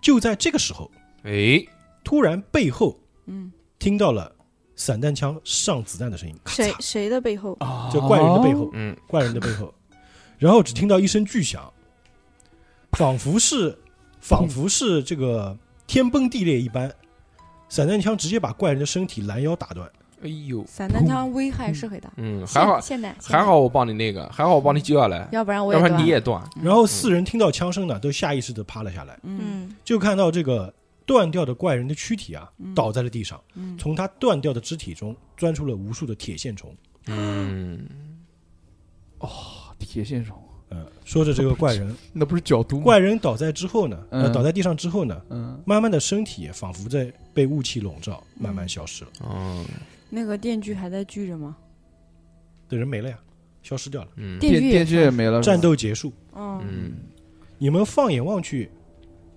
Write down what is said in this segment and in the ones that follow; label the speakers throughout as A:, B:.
A: 就在这个时候，
B: 哎，
A: 突然背后，嗯，听到了散弹枪上子弹的声音，咔
C: 谁
A: 嚓，啊
C: 谁的背后？
A: 就怪人的背后，
B: 嗯，
A: 怪人的背后，然后只听到一声巨响，仿佛是仿佛是这个天崩地裂一般，散弹枪直接把怪人的身体拦腰打断。
B: 哎呦，
C: 散弹枪危害是很大，
B: 嗯，
C: 现
B: 还好
C: 现在
B: 还，好我帮你那个，还好我帮你救下来
C: 现在，要不然我
B: 要
C: 也
B: 不然
C: 断
B: 你
C: 了
B: 也断。
A: 然后四人听到枪声呢，都下意识的趴了下来，
D: 嗯
C: 嗯
A: 就看到这个断掉的怪人的躯体啊，倒在了地上，从他断掉的肢体中钻出了无数的铁线虫。
B: 嗯，
D: 铁线虫，
A: 嗯，说着这个怪人，
D: 那不是角毒吗？
A: 怪人倒在之后呢，呃，
D: 嗯
A: 倒在地上之后呢，
D: 嗯，
A: 慢慢的身体也仿佛在被雾气笼罩，慢慢消失了。
B: 哦，
C: 那个电锯还在锯着吗？
A: 这人没了呀，消失掉了。
B: 嗯，
C: 电锯
D: 电
C: 也
D: 电锯也没了，
A: 战斗结束，
C: 嗯
B: 嗯，
A: 你们放眼望去，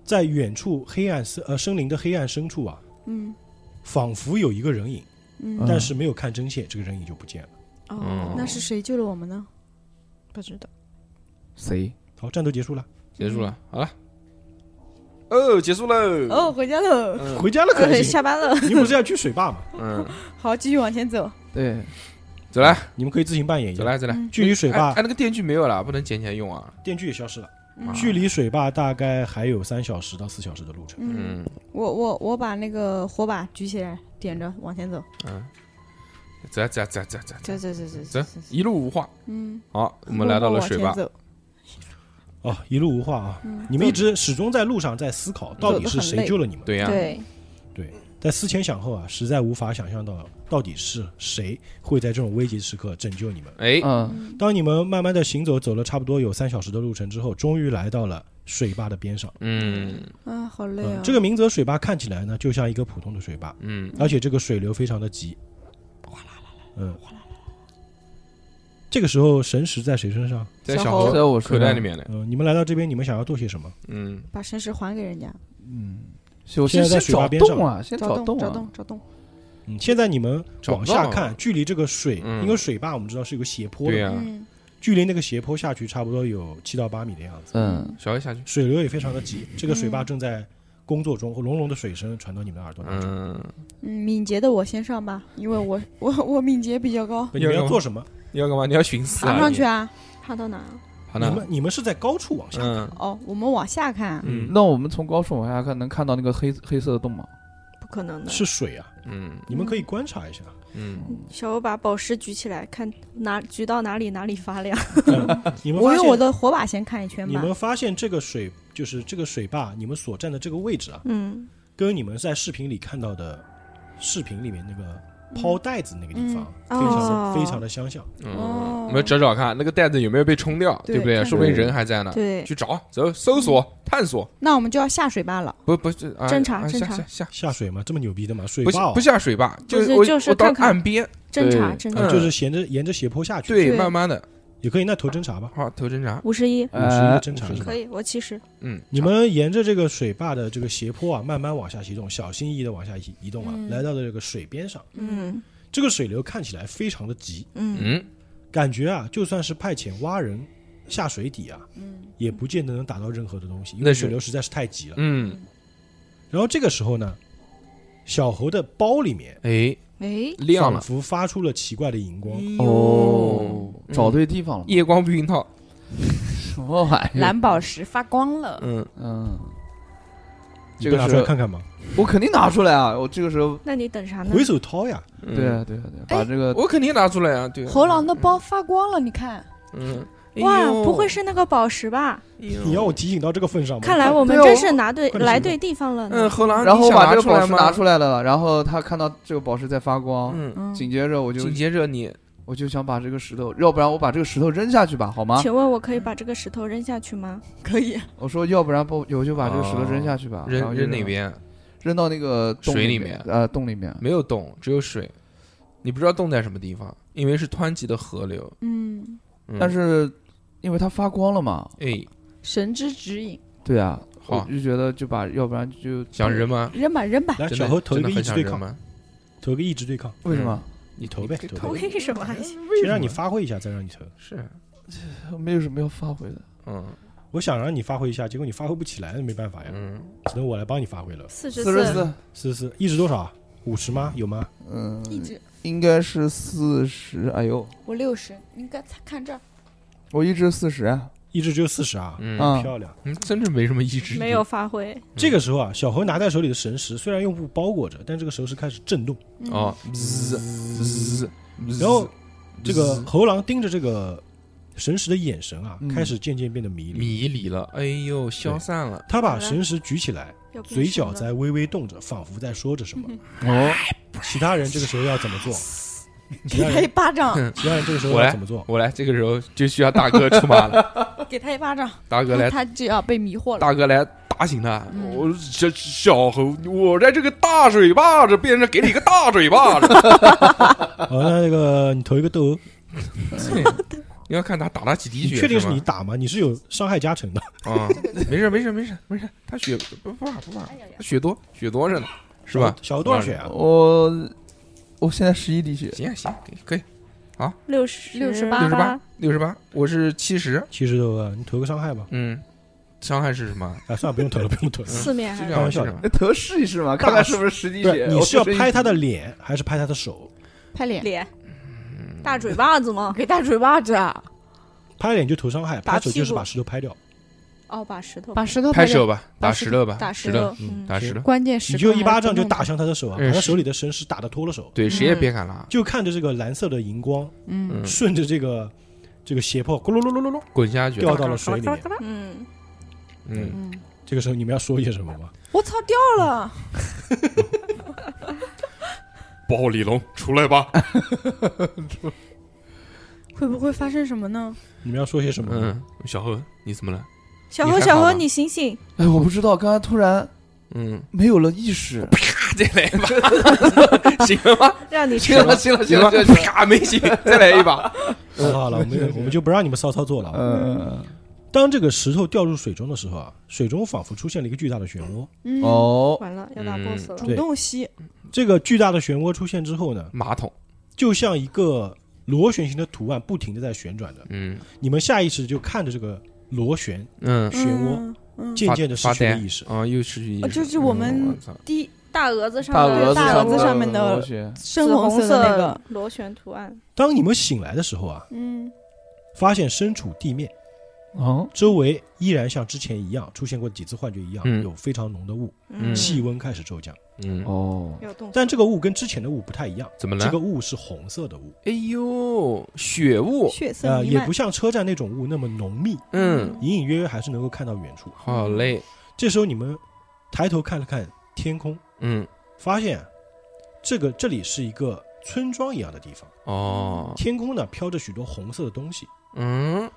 A: 在远处黑暗森呃森林的黑暗深处啊，
C: 嗯
A: 仿佛有一个人影，
C: 嗯
D: 嗯
A: 但是没有看真切，这个人影就不见了。
C: 哦，那是谁救了我们呢？
D: 不知道谁
A: 好，战斗结束了，
B: 结束了，好了。哦，结束喽。
C: 嗯哦，回家了，
B: 嗯
A: 回家了可还行？
C: 下班了，
A: 你不是要去水 坝吗？
B: 嗯，
C: 好，继续往前走。
D: 对
B: 走来，
A: 你们可以自行扮演一
B: 走
A: 下。
B: 来，走来。
C: 嗯
A: 距离水
B: 哎
A: 坝
B: 哎，，那个电锯没有了，不能捡起来用啊。
A: 电锯也消失了。
C: 嗯
A: 距离水坝大概还有三小时到四小时的路程。
C: 嗯，
B: 嗯
C: 我我我把那个火把举起来，点着往前走，
B: 嗯，走走走走走
C: 走走走走
B: 走，一路无话。
C: 嗯，
B: 好，我们来到了水
C: 往
B: 坝
C: 前。走，
A: 哦，一路无话啊！
C: 嗯
A: 你们一直始终在路上在思考，到底是谁救了你们？
B: 哎对呀，
C: 对，
A: 对，在思前想后啊，实在无法想象到到底是谁会在这种危急时刻拯救你们。
B: 哎，
D: 嗯
A: 当你们慢慢的行走，走了差不多有三小时的路程之后，终于来到了水坝的边上。
B: 嗯
C: 啊，好累
A: 嗯
C: 啊，
A: 这个明泽水坝看起来呢，就像一个普通的水坝，
B: 嗯
A: 而且这个水流非常的急。嗯，这个时候神石在谁身上？
B: 在
C: 小
B: 小
C: 猴
B: 猴
D: 在我
B: 口
D: 手
B: 袋
D: 上
B: 里面的。
A: 嗯，你们来到这边，你们想要做些什么？
B: 嗯，
C: 把神石还给人家，
D: 我
A: 现
D: 先
A: 在在
D: 先
A: 水坝
D: 找
A: 边上
D: 洞啊，先
C: 找
D: 洞
C: 找
D: 啊，
C: 洞找洞，
A: 嗯，现在你们
B: 找
A: 往
B: 不
A: 下
B: 到
A: 看，距离这个水，
B: 嗯
A: 因为水坝我们知道是有个斜坡
B: 对
A: 的，
B: 呀，
C: 嗯
A: 距离那个斜坡下去差不多有七到八米的样子。
D: 嗯，
B: 小黑下去。
A: 水流也非常的急，这个水坝
C: 嗯
A: 正在工作中，隆隆的水声传到你们的耳朵当中。
B: 嗯，
C: 嗯，敏捷的我先上吧，因为我我我敏捷比较高，
A: 你们要做什么？
B: 你要干嘛？你要寻死
C: 爬
B: 啊？
C: 上
B: 你
C: 去啊，
D: 爬到哪？
B: 好
A: 你
B: 的。
A: 们你们是在高处往下，
B: 嗯
C: 哦，我们往下看，
B: 嗯
D: 那我们从高处往下看，能看到那个黑黑色的洞吗？
E: 不可能的。
A: 是水啊，
B: 嗯
A: 你们可以观察一下。
B: 嗯，
E: 小欧把宝石举起来，看哪举到哪里哪里发亮。
B: 嗯
A: 你们
C: 我
A: 发
C: 用我
A: 现
C: 的火把先看一圈
A: 你
C: 吧，
A: 们发现这个水就是这个水坝，你们所站的这个位置啊，
E: 嗯，
A: 跟你们在视频里看到的视频里面那个抛袋子那个地方非
E: 嗯
A: 常
E: 哦
A: 的非常的相像。
B: 嗯，
C: 哦
B: 我们找找看那个袋子有没有被冲掉，
C: 对
B: 对不对？
C: 看
B: 说不定
D: 看
B: 人还在呢。
E: 对，
B: 去找，走，搜索、探索，
C: 那我们就要下水坝了，
B: 不不是啊
E: 侦查
B: 啊
E: 侦
B: 下
E: 查
B: 下下，
A: 下水吗？这么牛逼的吗？水
B: 不
A: 坝
B: 下
A: 哦
B: 不下水吧？
E: 不是
B: 我
E: 就是
B: 我到
E: 看看
B: 岸边，
E: 侦
D: 对
E: 查侦
A: 啊
E: 查
B: 嗯
A: 就是沿着沿着斜坡下去，
B: 对，
E: 对
B: 慢慢的，
A: 也可以。那投侦查吧，
B: 好，投侦查，
E: 五十一
A: 五十一
D: 哎
A: 侦查是吧
E: 可？以，我七十。
B: 嗯，
A: 你们沿着这个水坝的这个斜坡啊，慢慢往下移动，小心翼翼的往下移移动啊，
C: 嗯
A: 来到了这个水边上。
E: 嗯
A: 这个水流看起来非常的急，
C: 嗯
B: 嗯，
A: 感觉啊，就算是派遣蛙人下水底啊，
C: 嗯
A: 也不见得能打到任何的东西，因
B: 那
A: 为
B: 是
A: 水流实在是太急了。
B: 嗯，
A: 然后这个时候呢，小猴的包里面
B: 哎，
C: 哎，
B: 亮
A: 仿
B: 了，
A: 佛发出了奇怪的荧光，
D: 哦，
B: 嗯
D: 找对地方了，
B: 夜光避孕套，
D: 什么玩意儿？
C: 蓝宝石发光了，
B: 嗯，
D: 嗯，
A: 你
D: 这
A: 不
D: 个
A: 拿
D: 是
A: 出来看看吗？
D: 我肯定拿出来啊！我这个时候，
E: 那你等啥呢
A: 回？手掏呀，
B: 嗯
D: 对，啊对啊对啊，把这个
B: 我肯定拿出来啊，对啊，
C: 猴狼的包发光了，你看，
B: 嗯，哎
E: 哇，
B: 呦哎
E: 不会，是那个宝石吧？
B: 你
A: 你要我提醒到这个份上吗？
E: 看来我们
D: 对哦
E: 真是拿对
A: 快点
E: 来
A: 行吧
E: 对地方了呢。
B: 嗯，猴狼，
D: 然后
B: 你
D: 我
B: 想
D: 把这个
B: 出
D: 宝
B: 来
D: 石
B: 吗？
D: 拿出来了，然后他看到这个宝石在发光，
B: 嗯，
C: 嗯
D: 紧接着我就
B: 紧接着你，
D: 我就想把这个石头，要不然我把这个石头扔下去吧，好吗？
E: 请问我可以把这个石头扔下去吗？
C: 可以，
D: 我说要不然不，我就把这个石头扔下去吧，啊然后
B: 扔
D: 就
B: 扔哪？边？
D: 扔到那个洞
B: 水里
D: 里
B: 面嗯
D: 呃，洞里面。
B: 没有洞，只有水，你不知道洞在什么地方，因为是湍急的河流，
C: 嗯，
B: 嗯
D: 但是因为它发光了嘛，
B: 哎，
C: 神之指引，
D: 对啊，我
B: 好
D: 就觉得就把，要不然就
B: 想扔吗？
C: 扔吧扔吧，
A: 来，
B: 真的
A: 小猴投一
B: 真
A: 个意
B: 的很
A: 志
B: 想
A: 对
B: 扔啊
A: 抗，
B: 吗？
A: 投一个意志对抗，
D: 为什么？
A: 你投呗，
B: 你可以
A: 投
B: 投
A: 呗，
E: 为什么还行？
A: 先让你发挥一下，再让你投。
B: 是，
D: 没有什么要发挥的。
B: 嗯，
A: 我想让你发挥一下，结果你发挥不起来，那没办法呀，
B: 嗯，
A: 只能我来帮你发挥了。
E: 四十
D: 四十
E: 四，
D: 四，
A: 四十四，一直多少？啊五十吗？有吗？
D: 嗯，
C: 一直
D: 应该是四十。哎呦，
C: 我六十，你看看这儿，
D: 我一直四十啊，
A: 一直只有四十啊，
B: 嗯，
D: 啊，
A: 漂亮。
B: 嗯真是没什么意志力。
E: 没有发挥，
A: 这个时候啊，小猴拿在手里的神石虽然用布包裹着，但这个时候是开始震动。
C: 嗯
B: 哦，滋滋，
A: 然后这个猴狼盯着这个神石的眼神啊，
D: 嗯
A: 开始渐渐变得迷离。
B: 迷离了，哎呦，消散了，
A: 他把神石举起来，
E: 又变
A: 嘴
E: 形
A: 角
E: 了
A: 在微微动着，仿佛在说着什么。
D: 哦，
A: 其他人这个时候要怎么 做？其
C: 给
A: 他
C: 他一
A: 人，
C: 巴掌，
A: 其他人这个时候
B: 我
A: 要
B: 来
A: 怎么做？
B: 我来，这个时候就需要大哥出马了，
C: 给他一巴 掌，
B: 大哥嗯来，
C: 他就要被迷惑了。
B: 大哥来打醒他。
C: 嗯
B: 我小小猴，我在这个大嘴巴子边上给你一个大嘴巴子。
A: 好，呃那那个你投一个斗殴，
B: 你要看他打他几滴
A: 你
B: 血，
A: 确定是
B: 是吗
A: 你打吗？你是有伤害加成的。
B: 啊？没事没事没事没事，他血不不怕不
A: 哎
B: 怕，他血多血多着呢，是吧？
A: 小猴多少血啊？
D: 我我现在十一滴血，
B: 行啊行，可以可以，
E: 六十
B: 六
E: 八
B: 十八，嗯六十八，我是七十，
A: 七十多呃个，你投个伤害吧。
B: 嗯，伤害是什么？
A: 啊，算了，不用投了，不用投了。
E: 四面
B: 是这
E: 还是
A: 开
B: 样
A: 玩
B: 是
A: 笑
B: 这
A: 的
B: 样。
D: 那头哎试一试嘛，看看是不是十滴
A: 对，
D: 血。
B: 哦
A: 你是要
D: 我不是
A: 拍他的脸还是拍他的手？
C: 拍脸，
E: 脸，大嘴巴子嘛，
C: 给大嘴巴子，啊！
A: 拍脸就投伤害，
C: 打
A: 拍手就
C: 屁
A: 是
C: 股
A: 把石头拍掉。
E: 哦，把石头
C: 把石
A: 呃
C: 头
B: 拍
C: 掉
B: 手吧，
C: 打
B: 打
C: 石
B: 石头吧，
C: 打
B: 石
C: 石
B: 头，
C: 头，
A: 嗯
C: 嗯，
B: 打石头。
C: 关键时
A: 你
C: 刻
A: 就一
C: 还
A: 巴
C: 是
A: 掌
C: 不
A: 就
C: 能
A: 打向他的手啊，
B: 嗯
A: 把他
B: 是
A: 手里的神石打得脱了手，
B: 对，谁也
E: 嗯
B: 别敢拉，
A: 就看着这个蓝色的荧光
C: 嗯
B: 嗯，
A: 顺着这个这个斜坡咕噜噜噜噜噜
B: 滚下去。
A: 掉到了水里面。
E: 嗯，
B: 嗯，
C: 嗯，
A: 这个时候你们要说一些什么吗？
C: 我操，掉了，
B: 暴李龙出来吧。
C: 会不会发生什么呢？
A: 你们要说些什么？
B: 嗯，小何，你怎么了？
E: 小
B: 你
E: 猴
B: 还
E: 小
B: 好
E: 猴
B: 吧
E: 你醒醒，
D: 哎，我不知道，刚才突然
B: 嗯，
D: 没有了意识。
B: 啪，再来一把， 行了吗？
E: 让你吃
D: 行了，行了，行
B: 行
D: 了
B: 了，
D: 行了，
B: 吗？啪，没行，再来一把。
A: 好
B: 呃
A: 了好了，我们我们就不让你们骚操作了啊。
D: 嗯，
A: 当这个石头掉入水中的时候啊，水中仿佛出现了一个巨大的漩涡。
C: 嗯，
D: 哦，
E: 完了要打
B: 嗯
E: boss 了，
C: 主动吸，
A: 这个巨大的漩涡出现之后呢，
B: 马桶，
A: 就像一个螺旋形的图案不停的在旋转着，
B: 嗯
A: 你们下意识就看着这个螺旋
B: 嗯，
A: 漩涡，
C: 嗯，嗯，
A: 渐渐的失
B: 发
A: 去了
B: 呆
A: 意识。
B: 啊，又失去
A: 哦
B: 意识。
C: 呃就是我们
B: 嗯我操
C: 第一
E: 大鹅子上
D: 大
E: 的
D: 蛾子
C: 大
E: 鹅
C: 蛾子上面的
D: 螺旋
C: 深
E: 紫红
C: 色的那个，
E: 螺旋图案，嗯
A: 当你们醒来的时候啊，
C: 嗯，
A: 发现身处地面，
D: 嗯，
A: 周围依然像之前一样出现过几次幻觉一样，
B: 嗯
A: 有非常浓的雾，
B: 嗯
A: 气温开始骤降。
B: 嗯，
D: 哦，
E: 有动，
A: 但这个雾跟之前的雾不太一样，
B: 怎么
A: 这
B: 了
A: 个？雾是红色的雾，
B: 哎呦，血雾，
C: 血色
A: 呃，
C: 弥
A: 也
C: 漫
A: 不，像车站那种雾那么浓密，
B: 嗯，
A: 隐隐约约还是能够看到远处。
B: 好嘞，
A: 这时候你们抬头看了看天空，
B: 嗯，
A: 发现啊这个这里是一个村庄一样的地方，
B: 哦，
A: 天空呢飘着许多红色的东西，
B: 嗯，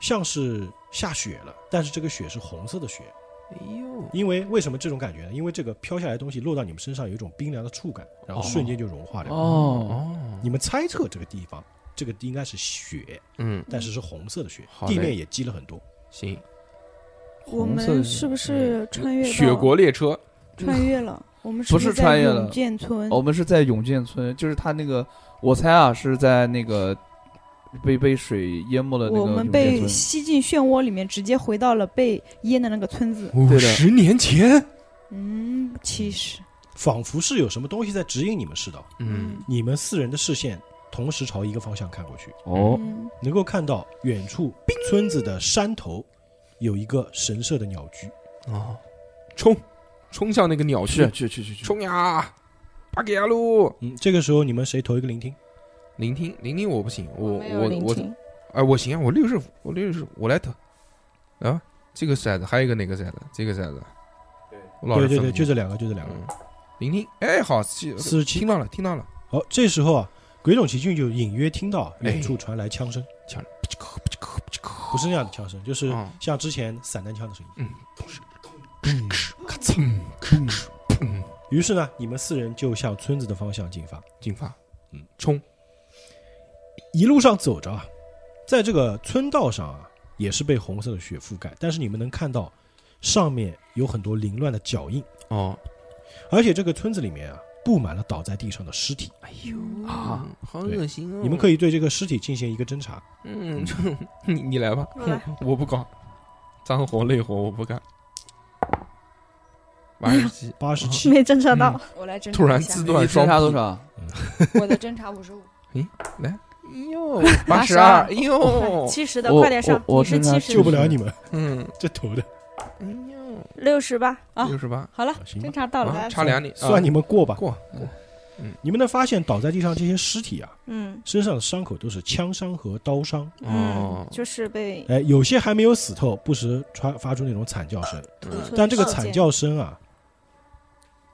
A: 像是下雪了，但是这个雪是红色的雪。
B: 哎呦，
A: 因为为什么这种感觉呢？因为这个飘下来的东西落到你们身上有一种冰凉的触感，然后瞬间就融化掉。
D: 哦，
B: 哦，
A: 你们猜测这个地方，这个应该是雪，
B: 嗯，
A: 但是是红色的雪，
B: 好嘞
A: 地面也积了很多。
B: 行，嗯
C: 我
D: 红色的
C: 们是不是穿越到
B: 雪国列车，
C: 穿越了？我们
D: 不
C: 是
D: 是
C: 在
D: 穿越了哦
C: 永建村
D: 我们是在永建村，就是他那个，我猜啊是在那个被被水淹没的那个
C: 我们
D: 永建
C: 被
D: 村
C: 吸进漩涡里面，直接回到了被淹的那个村 子。
B: 五十年前，
C: 嗯，其实，
A: 仿佛是有什么东西在指引你们似的。，
B: 嗯
A: 你们四人的视线同时朝一个方向看过去，
D: 哦，
C: 嗯
A: 能够看到远处村子的山头有一个神社的鸟居。
B: 哦，冲，冲向那个鸟
D: 去
B: 去，
D: 去去去去，
B: 冲呀！巴给亚路，
A: 嗯，这个时候你们谁投一个聆听？
B: 聆听聆听，我不行，我
E: 没有
B: 我
E: 聆
B: 我，
E: 听，
B: 哎，我行，我六十五，我六十五，我来投啊！这个骰子，还有一个哪个骰子？这个骰子，我老
A: 对
B: 是
A: 对
B: 分
A: 对，
B: 不
A: 就这
B: 清
A: 两个，就这两个。
B: 嗯聆听，哎，好，是
A: 四十七
B: 听。到了，听到了，
A: 好，这时候啊，鬼冢奇骏就隐约听到远处传来枪声，
B: 哎枪声
A: 不是那样的枪声，就是
B: 嗯
A: 像之前散弹枪的声音。
B: 嗯，
A: 咔嚓，于是呢，你们四人就向村子的方向进发。
B: 进发，嗯，冲，
A: 一路上走着啊，在这个村道上啊，也是被红色的雪覆盖，但是你们能看到上面有很多凌乱的脚印，
B: 哦，
A: 而且这个村子里面啊，布满了倒在地上的尸体。
B: 哎呦
D: 啊，
B: 好恶心哦！
A: 你们可 以对这个尸体进行一个侦查。
B: 嗯，你你来吧，
E: 我来
B: 我不搞。脏活累活我不干。八十七，
A: 八十七，
E: 没侦查到，
F: 我来侦查一下
B: 突然自 断
D: 你
B: 双
D: 侦查多
B: 臂，
D: 少？
F: 我的侦查五十五，
B: 哟，
D: 八
B: 十
D: 十
B: 二
D: 二，
B: 哟，
E: 七十的
D: 我
E: 快点上，
D: 我
E: 你
D: 我
E: 是
D: 侦查
E: 七
A: 救
E: 十
A: 不了你们，
B: 嗯，
A: 这头的，
B: 哎呦，
E: 六十吧？
F: 啊
B: 六十八，
F: 好了，
A: 行吧
F: 侦查到
B: 啊
F: 了，
B: 差两点，
A: 算
B: 你
A: 你们过吧。
B: 过
D: 过，
A: 你们能发现倒在地上这些尸体啊，
E: 嗯
A: 身上的伤口都是枪伤和刀伤，
B: 哦
E: 嗯，就是被
A: 哎，有些还没有死透，不时传发出那种惨叫声，
E: 突
A: 但这个
E: 事
A: 惨
E: 件
A: 叫声啊，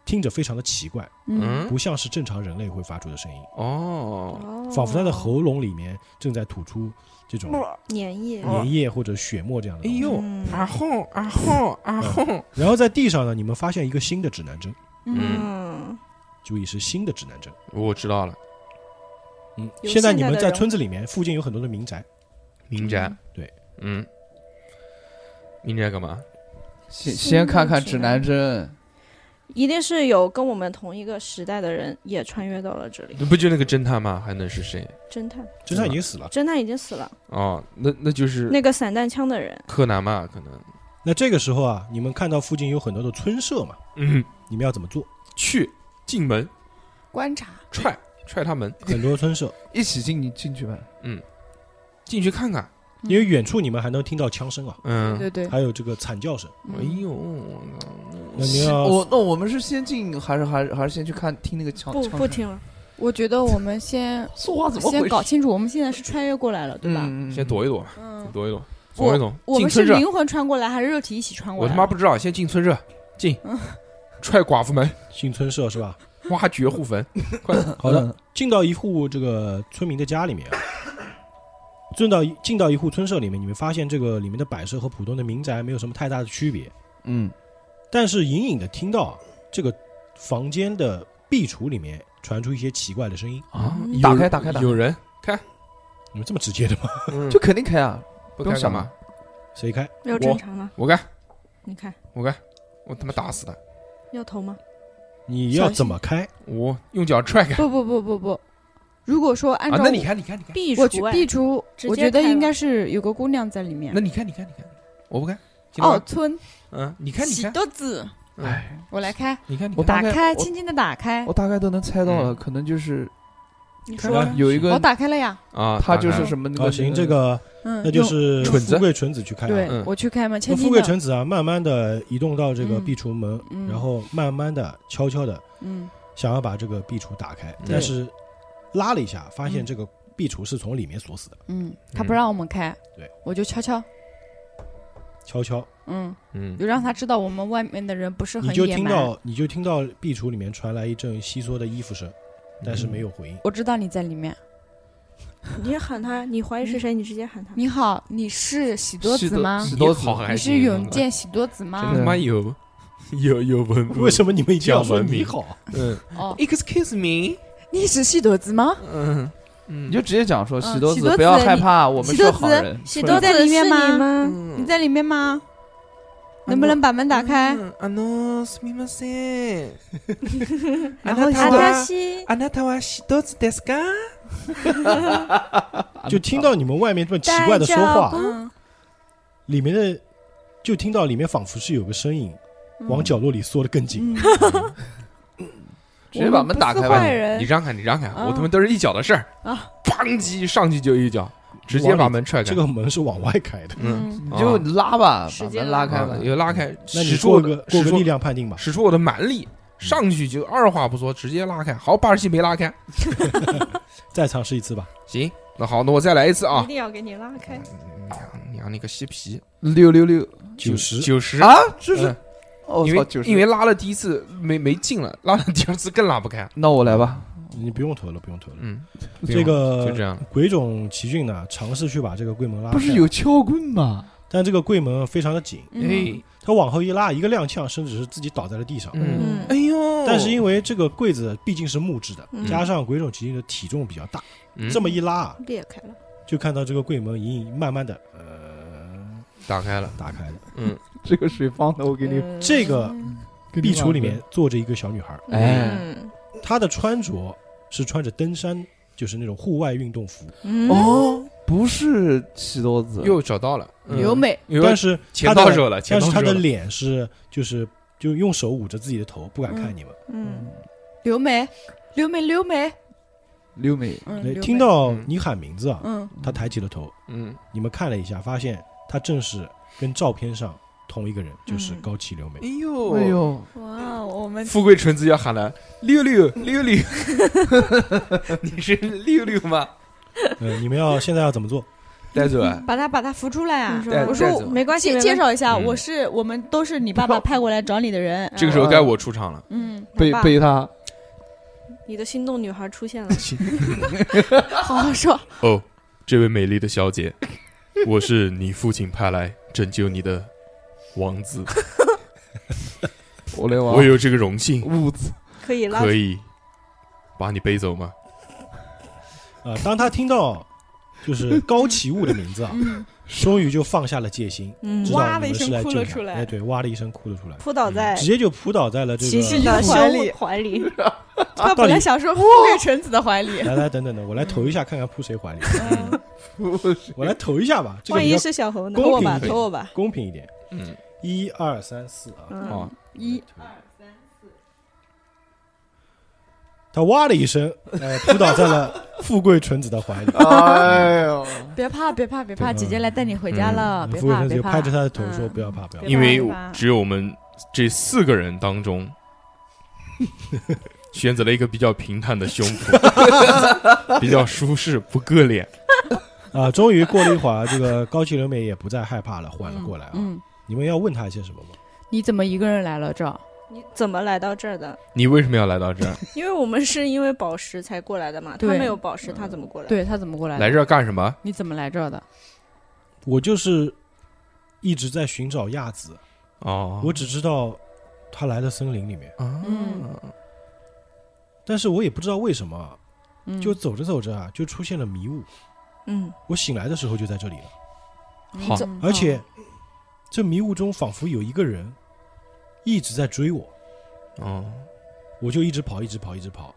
A: 听着非常的奇怪，
C: 嗯，
B: 嗯，
A: 不像是正常人类会发出的声音，
B: 哦，
E: 哦，
A: 仿佛他的喉咙里面正在吐出这种
E: 粘液，
A: 粘液或者血沫这样的
B: 哎
A: 东西。嗯
B: 呦，
E: 嗯
B: 啊吼啊吼啊吼，
A: 然后在地上呢，你们发现一个新的指南针，
B: 嗯
E: 嗯，
A: 注意是新的指南针。
B: 我知道了，
A: 嗯，
E: 有
A: 现在
E: 现
A: 你
E: 在
A: 们
E: 的
A: 在
E: 人
A: 村子里面附近有很多的民宅，
B: 民宅，
A: 对，
B: 嗯，民宅干嘛？
D: 先
E: 新
D: 先看
E: 的
D: 看
E: 指
D: 指
E: 南
D: 南针，
E: 一定是有跟我们同一个时代的人也穿越到了这里。
B: 不就那个侦探吗？还能是谁？
E: 侦探，
A: 侦探已经死了。
E: 侦探已经死了，
B: 哦，那那就是
E: 那个散弹枪的人，
B: 柯南嘛，可能，
A: 那这个时候啊，你们看到附近有很多的村舍嘛，
B: 嗯，
A: 你们要怎么做？
B: 去进门
F: 观察，
B: 踹踹他门，
A: 很多村舍，
D: 一起进你进去呗。
B: 进去看看，
A: 因为远处你们还能听到枪声啊，
B: 嗯，
F: 对对，
A: 还有这个惨叫声。
F: 嗯
B: 哎呦，
A: 那你要
D: 我那我们是先进还是还是还是先去看听那个
A: 哦
D: 枪？
E: 不
D: 枪
E: 不
D: 声，
E: 听了，
F: 我觉得我们先
D: 说话怎么
F: 先
D: 回
F: 搞
D: 事？
F: 清楚，我们现在是穿越过来了，对吧？
D: 嗯
B: 先躲一躲，
F: 嗯，
B: 躲一躲，
F: 我
B: 躲一躲，
F: 我
B: 进
F: 们是
B: 村舍，
F: 灵魂穿过来还是肉体一起穿过
B: 我
F: 来？
B: 他妈不知道，先进村舍，进，
F: 嗯
B: 踹寡妇门，
A: 进村舍是吧？
B: 挖掘户坟，快点，
A: 好
D: 嗯
A: 的，进到一户这个村民的家里面啊，进到一进到一户村舍里面，你们发现这个里面的摆设和普通的民宅没有什么太大的区别，
D: 嗯，
A: 但是隐隐的听到啊这个房间的壁橱里面传出一些奇怪的声音。
B: 啊
F: 嗯，
D: 打
B: 有
D: 开
B: 人
D: 打开打开
B: 有人开，
A: 你们这么直接的吗？
B: 嗯
D: 就肯定开啊，
B: 不
D: 用
B: 开干
D: 想
B: 嘛
D: 了？
A: 谁开？
E: 没有
B: 我
E: 正常了，
B: 我开，
E: 你看
B: 我开，我他妈打死他，
E: 要投吗？
A: 你要怎么开？
B: 我用脚踹开，
F: 不不不不不，如果说按
B: 啊
F: 照，
B: 那你看，你看，你看，
E: 必
F: 我
E: 除
F: 去
E: 哎
F: 壁橱
E: 直，
F: 我
E: 接
F: 觉得
E: 开
F: 应
E: 了
F: 该是有个姑娘在里面
B: 那。你看，你看，你看，我不开，进来
F: 哦，
B: 吧，
F: 村，
B: 嗯，你看，你
F: 喜
B: 看，
F: 多子，
C: 嗯
B: 哎，
F: 我来开，
B: 你看，你
D: 我
B: 看，
D: 大
F: 打
D: 概
F: 开，
D: 我
F: 轻轻的打开
D: 我，大概都能猜到了，可能就是
E: 你
A: 开
E: 说
A: 吧
D: 有一个
F: 我打开了呀。
B: 嗯啊，
D: 他
B: 打
D: 就
B: 开
D: 是
B: 了
D: 什么那
A: 啊，
D: 个
A: 行，这个
F: 嗯，
A: 那就
F: 用
A: 是
B: 蠢子
A: 富贵纯子去开
F: 对
A: 啊。
B: 嗯，
F: 我去开门，轻
A: 那富
F: 轻
A: 贵
F: 的，
A: 纯子啊，慢慢的移动到这个
F: 嗯
A: 壁橱门，
F: 嗯
A: 然后慢慢的、悄悄的
F: 嗯，
A: 想要把这个壁橱打开，
B: 对
A: 但是拉了一下，发现
F: 嗯
A: 这个壁橱是从里面锁死的，
F: 嗯，他不让我们开，
A: 对，
F: 我就悄悄，
A: 悄悄，
F: 嗯，
B: 嗯，
F: 就让他知道我们外面的人不是
A: 你
F: 很
A: 就
F: 野
A: 听
F: 蛮。
A: 到你就听到壁橱里面传来一阵稀嗦的衣服声，但是没有回应。
F: 我知道你在里面。
E: 你也喊他，你怀疑是嗯谁，你直接喊他。
F: 你好，你是喜多
D: 喜
F: 子
D: 多
F: 吗
D: 喜？
B: 你
D: 多
B: 好
D: 子
B: 还
F: 你是
B: 行
F: 永，健喜多子
B: 真
F: 吗
B: 他？妈有有有文
A: 为什么你们一定要说
B: 讲文明
A: 你好？
B: 嗯
F: 哦，
B: ，Excuse me，
F: 你是喜多子吗？
B: 嗯嗯
D: 你就直接讲说
F: 嗯
D: 喜多
F: 喜
D: 子
F: 多
D: 不要
F: 子
D: 害
F: 你
D: 怕，我们
F: 喜
D: 是
F: 多
D: 好
F: 子
D: 人。
E: 喜
F: 你
E: 多
F: 在
E: 子
F: 里面
E: 是
F: 吗
E: 你吗？
F: 你
B: 嗯
F: 在里面吗？能不能把门打开？
A: 嗯
B: あのすみません。
F: 然后
E: 阿
F: 他
E: 达西，
B: あなたは一つですか？
A: 就听到你们外面这么奇怪的说话，
F: 嗯，
A: 里面的就听到里面仿佛是有个身影
F: 嗯
A: 往角落里缩得更紧。
F: 嗯
D: 直接把门打开
E: 我们不
D: 吧
E: 是坏。人
B: 你让开，你让开，
F: 啊
B: 我他妈都是一脚的事儿
F: 啊！
B: 当机上去就一脚，直接把门踹开
A: 这。个门是往外开的，
B: 嗯，
F: 嗯
D: 你就拉吧，
F: 使
D: 把
F: 劲
D: 门拉
F: 拉
D: 开吧
B: 啊。又拉开，
A: 嗯那你
B: 使出
A: 过
B: 我
A: 个
B: 的
A: 过
B: 使
A: 个
B: 出
A: 力量判定吧。
B: 使出我的蛮力，上去就二话不说直接拉开。好，八十七没拉开，
A: 再尝试一次吧。
B: 行，那好，那我再来一次
E: 一
B: 啊！
E: 定要给你拉开。
B: 娘娘你个嬉皮，
D: 六六六
A: 嗯九十，
B: 九十
D: 啊！这是
B: 嗯
D: 哦，
B: 因
D: 操
B: 为
D: 90
B: 因为拉了第一次没没进了， 拉了第二次更拉不开。
D: 那我来吧。
A: 你不用投了，不用投了。
B: 嗯，
A: 这
B: 就
A: 个
B: 这样。
A: 鬼冢奇骏呢，尝试去把这个柜门拉开，
D: 不是有撬棍吗？
A: 但这个柜门非常的紧，
F: 嗯，
B: 哎
A: 他往后一拉，一个踉跄，甚至是自己倒在了地上。
B: 嗯，
E: 嗯
B: 哎呦，
A: 但是因为这个柜子毕竟是木质的，
E: 嗯
A: 加上鬼冢奇骏的体重比较大，
B: 嗯
A: 这么一拉，
E: 裂开了，
A: 就看到这个柜门隐隐慢慢的呃
B: 打开了，
A: 打开了。
B: 嗯，
D: 这个水放的，我给你
A: 这个
D: 给你
A: 壁橱里
D: 放
A: 面坐着一个小女孩，
D: 哎
E: 嗯
A: 她的穿着是穿着登山，就是那种户外运动服，
E: 嗯
D: 哦，不是喜多子，
B: 又找到了，嗯
F: 由美，
B: 因为
A: 但是
B: 钱
A: 他
B: 到
A: 的
B: 手了，钱
A: 但
B: 到
A: 是他
B: 手
A: 的
B: 了。
A: 脸是就是就用手捂着自己的头，不敢看你们。
E: 嗯，
F: 刘梅，刘梅，刘梅，
D: 刘美
F: 嗯，
A: 哎
F: 刘梅
A: 听，到
B: 嗯
A: 你喊名字啊，
F: 嗯，
A: 他抬起了头，
B: 嗯，
A: 你们看了一下，发现他正是跟照片上同一个人，就是
F: 嗯
A: 高崎留美
B: 哎。呦
D: 哎，呦，
F: 哇，我们
B: 富贵纯子要喊了六六六六，你是六六吗？
A: 呃，你们要现在要怎么做？
B: 带走啊，
F: 把他把他扶出来啊
E: 嗯你！说
B: 带
F: 我
B: 带
F: 说
B: 走啊。
E: 没关系，
F: 介
E: 没
F: 介
E: 关系
F: 绍一下，
B: 嗯
F: 我是我们都是你爸爸派过来找你的人。
B: 这个时候该我出场了，
F: 嗯，
D: 被
E: 来吧
D: 被他
E: 你的心动女孩出现了，
F: 好好说，
B: 哦，这位美丽的小姐，我是你父亲派来拯救你的王子，
D: 我来玩
B: 我有这个荣幸，
D: 物资，
E: 可以拉
B: 可以把你背走吗？
A: 呃，当他听到就是高崎物的名字啊，终于就放下了戒心，
E: 嗯
A: 知，
F: 嗯哇
A: 道你们是来
F: 哇的一声哭
A: 救
F: 了
A: 他
F: 出来哎
A: 哎，对，哇的一声哭了出来，
E: 扑倒在
A: 直接就扑倒在了这
E: 琪琪
A: 个。
E: 的
F: 怀里
E: 胸怀里，
F: 他
A: 到
F: 本
A: 底
F: 来想说富贵臣子的怀里，
A: 来来，等等等，我来投一下，看看扑谁怀里。
F: 嗯
A: 我来投一下吧，这个
E: 万
A: 比
E: 一
A: 较
E: 是小猴呢？
A: 公
E: 投我
A: 平
E: 吧，
A: 一点
E: 投我吧。
A: 公平一点。
B: 嗯，
A: 一二三四啊，
E: 嗯
B: 哦，
F: 一
A: 他哇的一声，呃，扑倒在了富贵纯子的怀里。
D: 哎呦，
F: 别怕，别怕，别
A: 对
F: 怕，
A: 嗯
F: 姐姐来带你回家了，啊别
A: 富贵
F: 怕，
A: 纯子
F: 别
A: 就
F: 怕。
A: 拍着他的头说：“
F: 嗯
A: 不要怕，不要怕。”
B: 因为
F: 对吧
B: 只有我们这四个人当中，选择了一个比较平坦的胸脯， 比较舒适，不硌脸。
A: 啊，终于过了一会儿，这 个高崎留美也不再害怕了，缓了过来啊。
F: 嗯，
A: 你们要问他一些什么吗？
F: 你怎么一个人来了这儿？
E: 你怎么来到这儿的？
B: 你为什么要来到这儿？
E: 因为我们是因为宝石才过来的嘛，他
F: 对
E: 没有宝石，他怎么过来？，
F: 对他怎么过来的？
B: 来这儿干什么？
F: 你怎么来这儿的？
A: 我就是一直在寻找亚子，
B: 哦，
A: 我只知道他来了森林里面，
B: 啊，
F: 嗯
A: 但是我也不知道为什么啊，
F: 嗯
A: 就走着走着啊，就出现了迷雾。
E: 嗯，
A: 我醒来的时候就在这里了，
B: 好
F: 嗯
A: 而且这迷雾中仿佛有一个人一直在追我，
B: 哦，
A: 我就一直跑，一直跑，一直跑，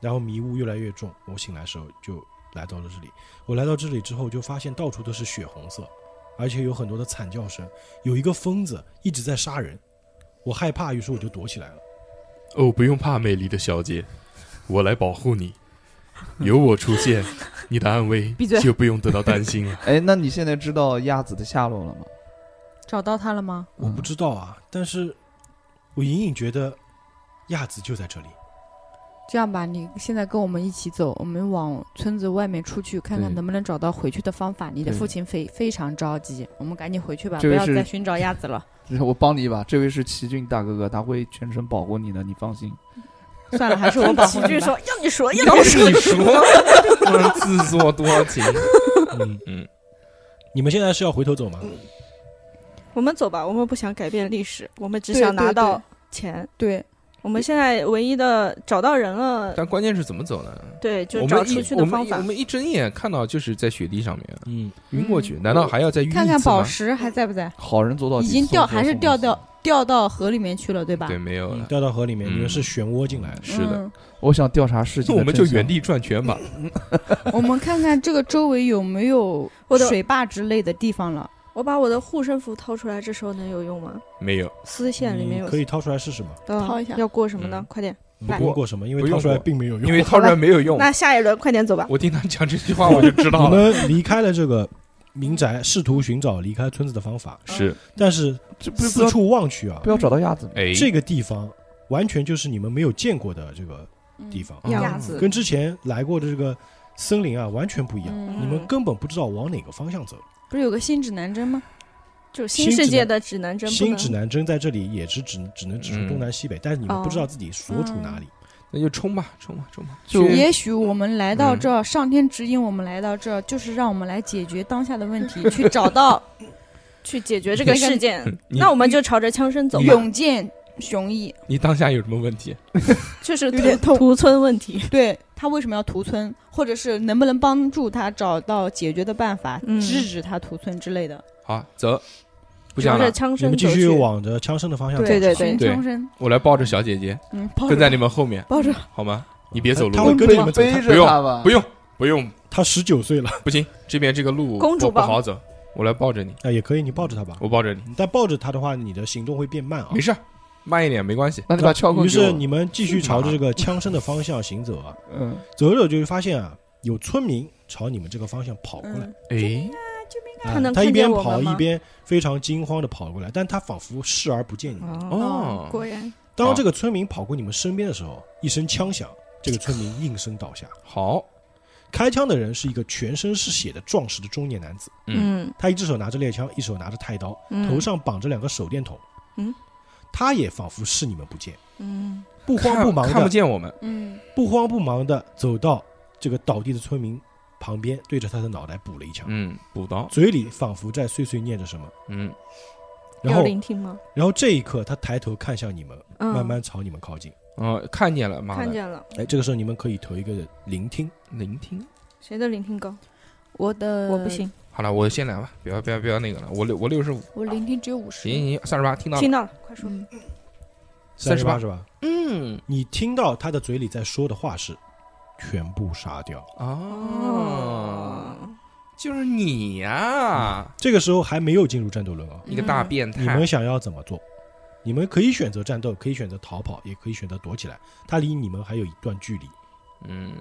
A: 然后迷雾越来越重，我醒来的时候就来到了这里。我来到这里之后，就发现到处都是血红色，而且有很多的惨叫声，有一个疯子一直在杀人，我害怕，于是我就躲起来了。
B: 哦，不用怕，美丽的小姐，我来保护你。有我出现，你的安危
F: 闭嘴
B: 就不用得到担心 了。
D: 哎，那你现在知道鸭子的下落了吗？
F: 找到他了吗？
A: 我不知道啊，但是我隐隐觉得亚子就在这里。
F: 这样吧，你现在跟我们一起走，我们往村子外面出去，看看
D: 对
F: 能不能找到回去的方法。你的
D: 对
F: 父亲非非常着急，我们赶紧回去吧，
D: 这
F: 不
D: 位
F: 要
D: 是
F: 再寻找鸭子了。
D: 知道，嗯 我帮你一把，这位是奇骏大哥哥，他会全程保护你的，你放心。
F: 算了，还是我保护
E: 喜
F: 你
E: 剧
F: 吧。
E: 说要你说要
B: 要是你 说，自作多情。
A: 嗯
B: 嗯，
A: 你们现在是要回头走吗？
E: 我们走吧，我们不想改变历史，我们只
F: 对
E: 想
F: 对
E: 拿到
F: 对
E: 钱。
F: 对，
E: 我们现在唯一的找到人了，
B: 但关键是怎么走呢？
E: 对，就
B: 我
E: 找
B: 们
E: 出
B: 一
E: 去
B: 我
E: 的方
B: 们一
E: 法
B: 我。们一睁眼看到就是在雪地上面啊
A: 嗯，
B: 晕过去，难道还要再晕一次
F: 看看
B: 吗
F: 宝石还在不在？
D: 好人做到底
F: 已经掉
D: 送佛
F: 还是
D: 送
F: 掉
D: 佛
F: 掉掉到河里面去了，对吧？
B: 对，没有了。
A: 掉到河里面，
B: 嗯
A: 你们是漩涡进来的。
B: 是的，
F: 嗯
D: 我想调查事
B: 那
D: 情的
B: 我
D: 真相，
B: 们就原地转圈 吧。
F: 我们看看这个周围有没有
E: 我的
F: 水坝之类的地方了。
E: 我把我的护身符掏出来，这时候能有用吗？
B: 没有，
E: 丝线里面
A: 你
E: 有
A: 可以掏出来试试吗？
E: 嗯
F: 掏一下
E: 要过什么呢
B: 嗯？
E: 快点，
A: 不
E: 来
A: 用过什么，因为
B: 不用
A: 掏出来
B: 过
A: 并没有用。
B: 因为掏出来没有用。
E: 那下一轮快点走吧。
B: 哦我听他讲这句话，我就知 道
A: 你
B: 了。
A: 们离开了这个民宅，试图寻找离开村子的方法，
B: 是，
A: 但是
D: 这不不
A: 四
D: 要
A: 处望去啊
D: 不，要找到鸭子，
B: 哎，
A: 这个地方完全就是你们没有见过的这个地方，
B: 嗯
E: 鸭
B: 嗯
E: 子
A: 跟之前来过的这个森林啊完全不一样。
F: 嗯
A: 你们根本不知道往哪个方向走。
F: 不是有个新指南针吗？
E: 就
A: 新
E: 新
A: 指
E: 世
A: 南
E: 界的指南针，不
A: 新
E: 能
A: 指南针在这里也是只只能指出东南西北，但是你们不知道自己所处哪里。
B: 那就冲吧，冲吧，冲吧。
D: 就
F: 也许我们来到
B: 嗯
F: 这儿，上天指引我们来到这儿，就是让我们来解决当下的问题，去 找到
E: 去解决这个事件。
B: 你
E: 嗯那我们就朝着枪声走
A: 嗯
E: 吧，
F: 勇健雄毅。
B: 你当下有什么问题？
E: 就是
F: 有点
E: 屠屠村问题。
F: 对他为什么要屠村，或者是能不能帮助他找到解决的办法，
E: 嗯
F: 制止他屠村之类的。
B: 好，走，不
E: 朝
B: 讲
E: 着
B: 了，
E: 枪
A: 你
E: 声
A: 们继
E: 走
A: 续
E: 去。
A: 往着枪声的方向走。
E: 嗯对对
F: 寻
E: 对，
B: 对
F: 枪声，
B: 我来抱着小姐姐，
E: 哦
F: 嗯，抱
B: 跟在
F: 着
B: 你们后面，
F: 抱着，
B: 好吗？你别走
A: 他会
B: 路，
A: 跟着你们走。
D: 背
B: 不
D: 着
B: 用
D: 他吧，
B: 不用，不用，
A: 他十九岁了，
B: 不行，这边这个路
E: 公主
B: 不不
E: 抱
B: 好走，我来抱着你，
A: 啊，也可以，你抱着他吧。
B: 我抱着你，
A: 但抱着他的话，你的行动会变慢啊
B: 没。事儿，慢一点没关系。
D: 那你把撬棍
A: 于
D: 给我
A: 是你们继续朝着这个枪声的方向行走啊，
D: 嗯，
A: 走着走就发现啊，有村民朝你们这个方向跑过来。
E: 嗯，
B: 哎，
A: 啊
E: 他能
A: 他一
E: 看
A: 边
E: 见我
A: 跑
E: 们吗
A: 一边非常惊慌的跑过来，但他仿佛视而不见你们。
B: 哦
E: 果然
A: 当这个村民跑过你们身边的时候，一声枪响，这个村民应声倒下。
B: 好，
A: 开枪的人是一个全身是血的壮实的中年男子，
E: 嗯
A: 他一只手拿着猎枪，一手拿着太刀，
E: 嗯
A: 头上绑着两个手电筒。
E: 嗯，
A: 他也仿佛视你们不见，
E: 嗯
A: 不慌不忙
B: 看看不
A: 的，
B: 见我们，
F: 嗯，
A: 不慌不忙的走到这个倒地的村民旁边，对着他的脑袋补了一枪，
B: 嗯，补刀，
A: 嘴里仿佛在碎碎念着什么。
B: 嗯，
A: 然
E: 要
A: 后，
E: 聆听吗？
A: 然后这一刻，他抬头看向你们，
E: 嗯
A: 慢慢朝你们靠近。
B: 哦，看见了，妈
E: 看
B: 的，
E: 见了，
A: 哎，这个时候你们可以投一个聆听。
B: 聆听。
E: 谁的聆听高？
F: 我的
E: 我不，行，
B: 好了，我先来吧，不要不要不要那个了，我六我六十五，
F: 我聆听只有五
B: 行
F: 十。
B: 行三十八，听到了
E: 听，到了，快说。
F: 嗯，
A: 三
B: 三
A: 十
B: 十
A: 八
B: 八
A: 是吧？
B: 嗯，
A: 你听到他的嘴里在说的话是：全部杀掉。
B: 嗯哦，
E: 哦，
B: 就是你呀，
A: 这个时候还没有进入战斗轮啊，
F: 嗯
B: 一个
E: 嗯
B: 大变
A: 你
B: 态
A: 们，想要怎么做？你们可以选择战斗，可以选择逃跑，也可以选择躲起来。他离你们还有一段距离。
B: 嗯，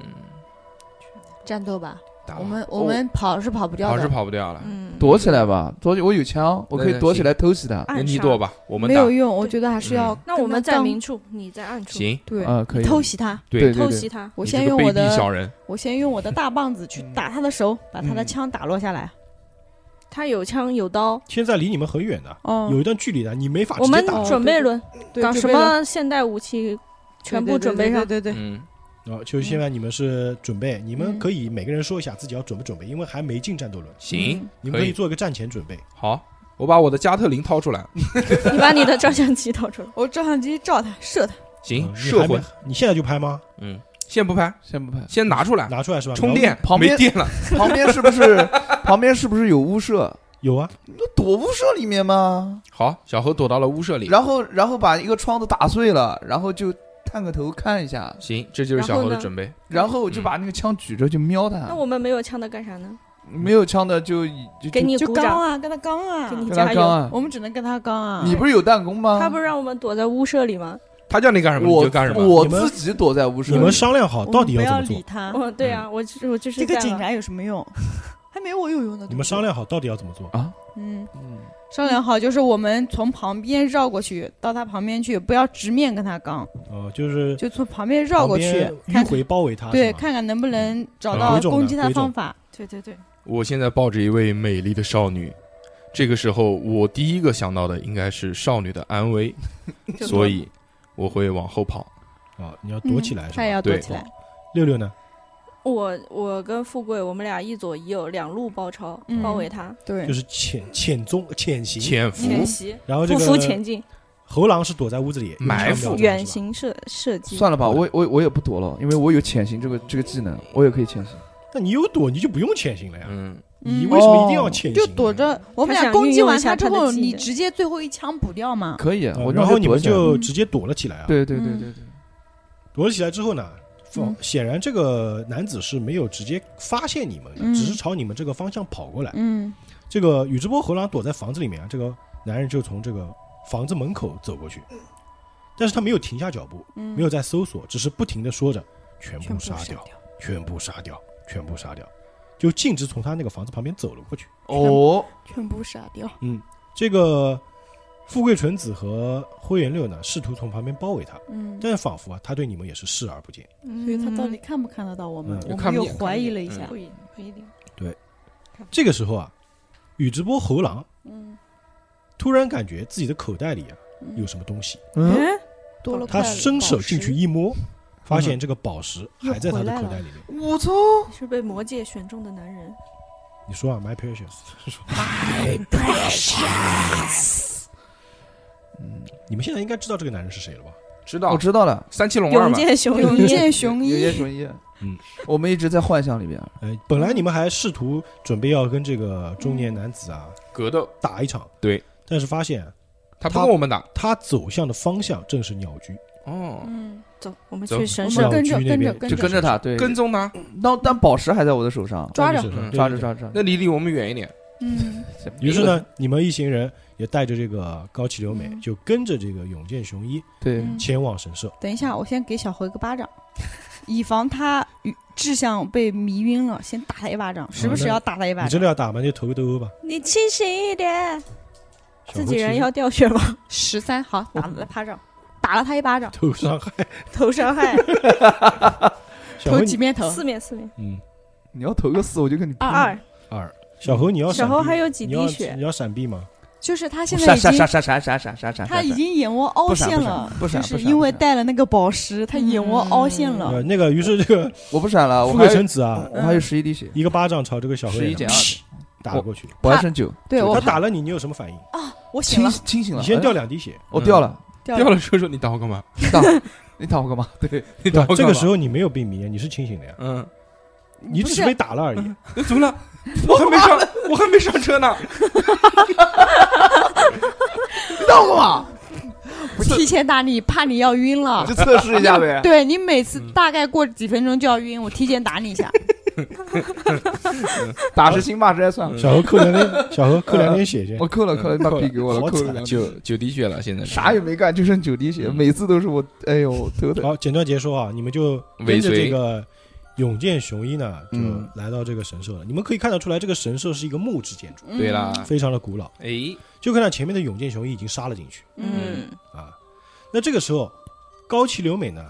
F: 战斗吧，
B: 打吧
F: 我们我们跑是跑不掉
B: 跑是
F: 的。
B: 跑不掉了，
E: 嗯，
D: 躲起来吧，躲起我有枪，我可以躲起来偷袭
F: 啊
D: 他。
E: 暗
B: 那你
E: 杀
B: 躲吧，我们
F: 没
B: 打
F: 有，用，我觉得还是要
B: 嗯
E: 那我们
F: 在
E: 在明处，你在暗处，
B: 行，
F: 对
D: 啊，可以
F: 偷袭他，
B: 对
D: 对
E: 偷
D: 对
E: 袭
D: 对，
E: 他。
B: 你
F: 我
B: 这
F: 先
B: 个
F: 用
B: 卑
F: 我
B: 鄙小
F: 的
B: 人，
F: 我先用我的大棒子去打他的手，把他的
A: 嗯
F: 枪打落下来。
E: 他有枪有刀，
A: 现在离你们很远啊的，
F: 哦
A: 有一段距离的，你没法直
E: 我
A: 接
E: 们
A: 打
F: 哦
E: 准备轮，
F: 对
E: 搞
F: 准
E: 什
F: 备了
E: 么现代武器，全部准备上。
F: 对对对对对对
B: 嗯，
A: 哦，就现在你们是准备，你们
F: 嗯
A: 可以每个人说一下自己要准不准备，因为还没进战斗轮，
B: 行，
A: 你们
B: 可
A: 可以
B: 以，
A: 做一个战前准备。
B: 好，我把我的加特林掏出来，
E: 你把你的照相机掏出来。
F: 我照相机照他，射他。
A: 嗯
B: 行，
A: 你还
B: 摄
A: 没
B: 魂，，
A: 你现在就拍吗？
B: 嗯，先不拍，
D: 先不拍。
B: 先拿出来，
A: 拿出来是吧？
B: 啊充
A: 瞄
B: 电，
D: 旁边
B: 没电了，
D: 旁边是不是 旁边是不是有屋舍？
A: 有啊，
D: 那躲屋舍里面吗？
B: 好，小何躲到了屋舍里，
D: 然后然后把一个窗子打碎了，然后就探个头看一下，
B: 行，这就是小
E: 然后
B: 何的
E: 呢
B: 准备，
D: 然后就
A: 嗯
D: 把那个枪举着就瞄他。
E: 那我们没有枪的干啥呢？
D: 没有枪的就就
E: 给你
F: 就
E: 鼓
F: 刚
E: 掌，
F: 啊，跟他刚啊
E: 给，你
D: 跟
E: 加
D: 他
E: 油
D: 刚。啊！
F: 我们只能跟他刚啊。
D: 你不是有弹弓吗？
E: 他不是让我们躲在屋舍里吗？
B: 他叫你干什么你
D: 我
B: 就干什么，
D: 我
A: 你们
D: 自己躲在屋舍
A: 你
D: 里。
A: 们商量好
F: 我
A: 到底怎
F: 们不要
A: 么做
F: 理。他。
E: 哦，对
B: 嗯
E: 啊，我就我就是
F: 嗯这个
E: 在
F: 警
E: 了
F: 察有什么 用？还没有我有用呢。
A: 你们商
F: 量，
A: 量好到底要怎么做？
F: 嗯，
D: 嗯
F: 商量好就是我们从旁边绕过去，到他旁边去，不要直面跟他刚，
A: 呃，就是
F: 就从旁边绕过去
A: 旁，边
F: 看
A: 迂回包围他，
F: 对，
A: 是吗
F: 看看能不能找
B: 嗯
F: 到
A: 回种
F: 攻
A: 呢
F: 击他
A: 回
F: 的
A: 种
F: 方法。
E: 对对对，
B: 我现在抱着一位美丽的少女，这个时候我第一个想到的应该是少女的安危，
E: 就
B: 所以我会往后跑。
A: 啊，你要躲起来
F: 嗯
A: 是吧
F: 他也？要躲
B: 对
F: 起来。
A: 六六呢？
E: 我我跟富贵，我们俩一左一右两路包抄，
F: 嗯
E: 包围他，
F: 对
A: 就，是潜潜踪潜行，
B: 嗯潜伏
E: 前袭，
A: 然
B: 哦
A: 后这
E: 匍匐前
A: 个
E: 进，
A: 猴狼是躲在屋子里
B: 埋伏
A: 用枪瞄准
E: 远
A: 是吧
E: 行射射击。
D: 算了吧，我我我也不躲了，因为我有潜行这个这个技
A: 嗯
D: 能，我也可以潜行。
A: 那你有躲，你就不用潜行了呀。
B: 嗯，
A: 你
F: 嗯
A: 为什么一定要潜行
F: 就
A: 呢？
F: 躲着。我们
E: 他
F: 俩
E: 想
F: 攻
E: 运
F: 击
E: 用
F: 完
E: 一下
F: 之
E: 他的
F: 后，
E: 技
F: 你
E: 能
F: 直接最后一枪补掉嘛。
D: 可以啊，
A: 呃
D: 我
A: 然后你们
D: 那躲起来
A: 就直接躲了起来啊。
D: 对对对
F: 嗯
D: 对对，
A: 躲起来之后呢，放
F: 嗯
A: 显然这个男子是没有直接发现你们的，
F: 嗯
A: 只是朝你们这个方向跑过来。
F: 嗯，
A: 这个宇智波猴狼躲在房子里面啊，这个男人就从这个房子门口走过去，但是他没有停下脚步，
F: 没
A: 没有在搜索，只是不停的说着“全
F: 全
A: 部
F: 部
A: 杀
F: 杀
A: 掉，全部杀掉，全部杀掉”，就径直从他那个房子旁边走了过去。嗯
D: 哦，
F: 全部杀掉。
A: 这个富贵纯子和灰原六呢，试图从旁边包围他，
F: 嗯，
A: 但是仿佛啊，他对你们也是视而不见。
E: 嗯，
F: 所以他到底看不看得到我们
A: 嗯？
F: 我
B: 看不
F: 们又
B: 见看
F: 怀
B: 不
F: 疑
B: 见
F: 了一下
E: 不。一定不一定，
A: 这个时候啊，宇智波猴狼
F: 嗯，
A: 突然感觉自己的口袋里啊
F: 嗯
A: 有什么东西，
D: 嗯，
F: 多了
A: 他
F: 块
A: 伸手进去
F: 宝石，
A: 一摸，发现这个宝石还在他的
F: 又回来
A: 口
F: 了
A: 袋里面。
D: 我操，
E: 你是被魔界选中的男人。
A: 你说啊，my precious，你们嗯现在应该知道这个男人是谁了吧？
B: 知
D: 我
B: 道
D: 知道了，
B: 三七龙二
E: 永
B: 嘛，
E: 见熊
F: 永
E: 一，
F: 见熊
D: 有
F: 一
D: 叶。雄一，
A: 嗯，
D: 我们一直在幻想里边，
A: 呃，本来你们还试图准备要跟这个中年男子啊
B: 格斗，
A: 打一场，
B: 对，
A: 但是发现啊
B: 他不
A: 他
B: 跟我们打。
A: 他走向的方向正是鸟居。
B: 哦，
F: 嗯，
E: 走，我们
B: 走
E: 去神
F: 我
E: 社
F: 们
A: 小
F: 跟着
A: 区那
F: 跟着
A: 边
F: 跟
B: 就
F: 着
D: 跟着他，对，
B: 跟踪他，
D: 那但宝石还在我的手上，
F: 抓着
A: 在你手上
B: 嗯
D: 抓着。
A: 对对对
D: 抓着抓着。
B: 那离离我们远一点。
F: 嗯，
A: 于是呢，你们一行人也带着这个高崎留美，
F: 嗯
A: 就跟着这个永见雄一
D: 对，
F: 嗯
A: 前往神社。
F: 等一下，我先给小何一个巴掌，以防他与志向被迷晕了，先打他一巴掌，时不时
A: 那
F: 要打他一巴
A: 你真
F: 掌。
A: 的要打吗？就投个斗殴吧。
E: 你清醒一点，
A: 小
E: 自
A: 何
E: 己
A: 其
E: 人
A: 实
E: 要掉血 吗？
F: 十三，好，打了巴掌，打了他一巴掌，
A: 头伤害，
E: 头伤害，
A: 小
F: 投
A: 何
F: 几
A: 你
F: 面头？
E: 四面四面，嗯
A: 嗯
D: 你要投个四，我就跟你嗯
E: 二二。
A: 二，小何你要闪
E: 小何
A: 避
E: 还有几
A: 你
E: 滴
A: 要
E: 血
A: 你要闪避吗？
F: 就是他现在
D: 闪
F: 已
D: 闪
F: 经
D: 闪闪闪闪闪闪闪，
F: 他已经眼窝凹陷了，
D: 不闪不闪不闪
F: 就是
D: 不闪
F: 因为
D: 不闪
F: 戴了那个宝石，他眼窝凹陷
E: 哦
F: 了。
A: 呃，那个，于是这个
D: 我不闪了，我
A: 富
D: 还
A: 贵
D: 有
A: 橙子啊，
D: 我还有十一滴血，
A: 一个巴掌朝这个小何
D: 十一
A: 脸
D: 减
A: 上
D: 二，
A: 打过去，
D: 我还剩九，
F: 对
A: 他
F: 我啊
A: 打了你，你有什么反应？
F: 我醒
D: 清
F: 了，
D: 清醒了，
A: 你先掉
D: 哎，
A: 两滴血，
D: 我掉了，
F: 掉
B: 掉了叔叔，你打我干嘛？
D: 你打你打我干嘛？ 对，
A: 对
B: 你打
A: 吧
B: 我干嘛？
A: 这个时，候你没有被迷，你是清醒的呀，
B: 嗯，
A: 你
F: 不
A: 只
F: 是
A: 是被打了而已。
B: 那怎么了？我还没 上，我还没上车 呢。
D: 到过吗？
F: 我提前打你，怕你要晕了
D: 就。测试一下 呗。
F: 对你每次
B: 嗯
F: 大概过几分钟就要晕，我提前打你一下。
D: 打是新骂是还算了。
A: 小何扣两点，小何扣两点血去
D: 我。扣了扣了，把币给我了，
A: 好
D: 扣
A: 惨
D: 了两滴
B: 九九滴血了，现在是
D: 啥也没干，就剩九滴血，
B: 嗯
D: 每次都是我，哎呦，头疼。
A: 好，简短截说啊，你们就跟
B: 尾
A: 着
B: 随
A: 这个永见雄一呢，就
D: 嗯
A: 来到这个神社了。你们可以看得出来，这个神社是一个木质建筑，
F: 嗯
B: 对啦。
A: 非常的古老。
B: 哎，
A: 就看到前面的永见雄一已经杀了进去
F: 嗯，
E: 嗯，
A: 啊。那这个时候，高崎留美呢，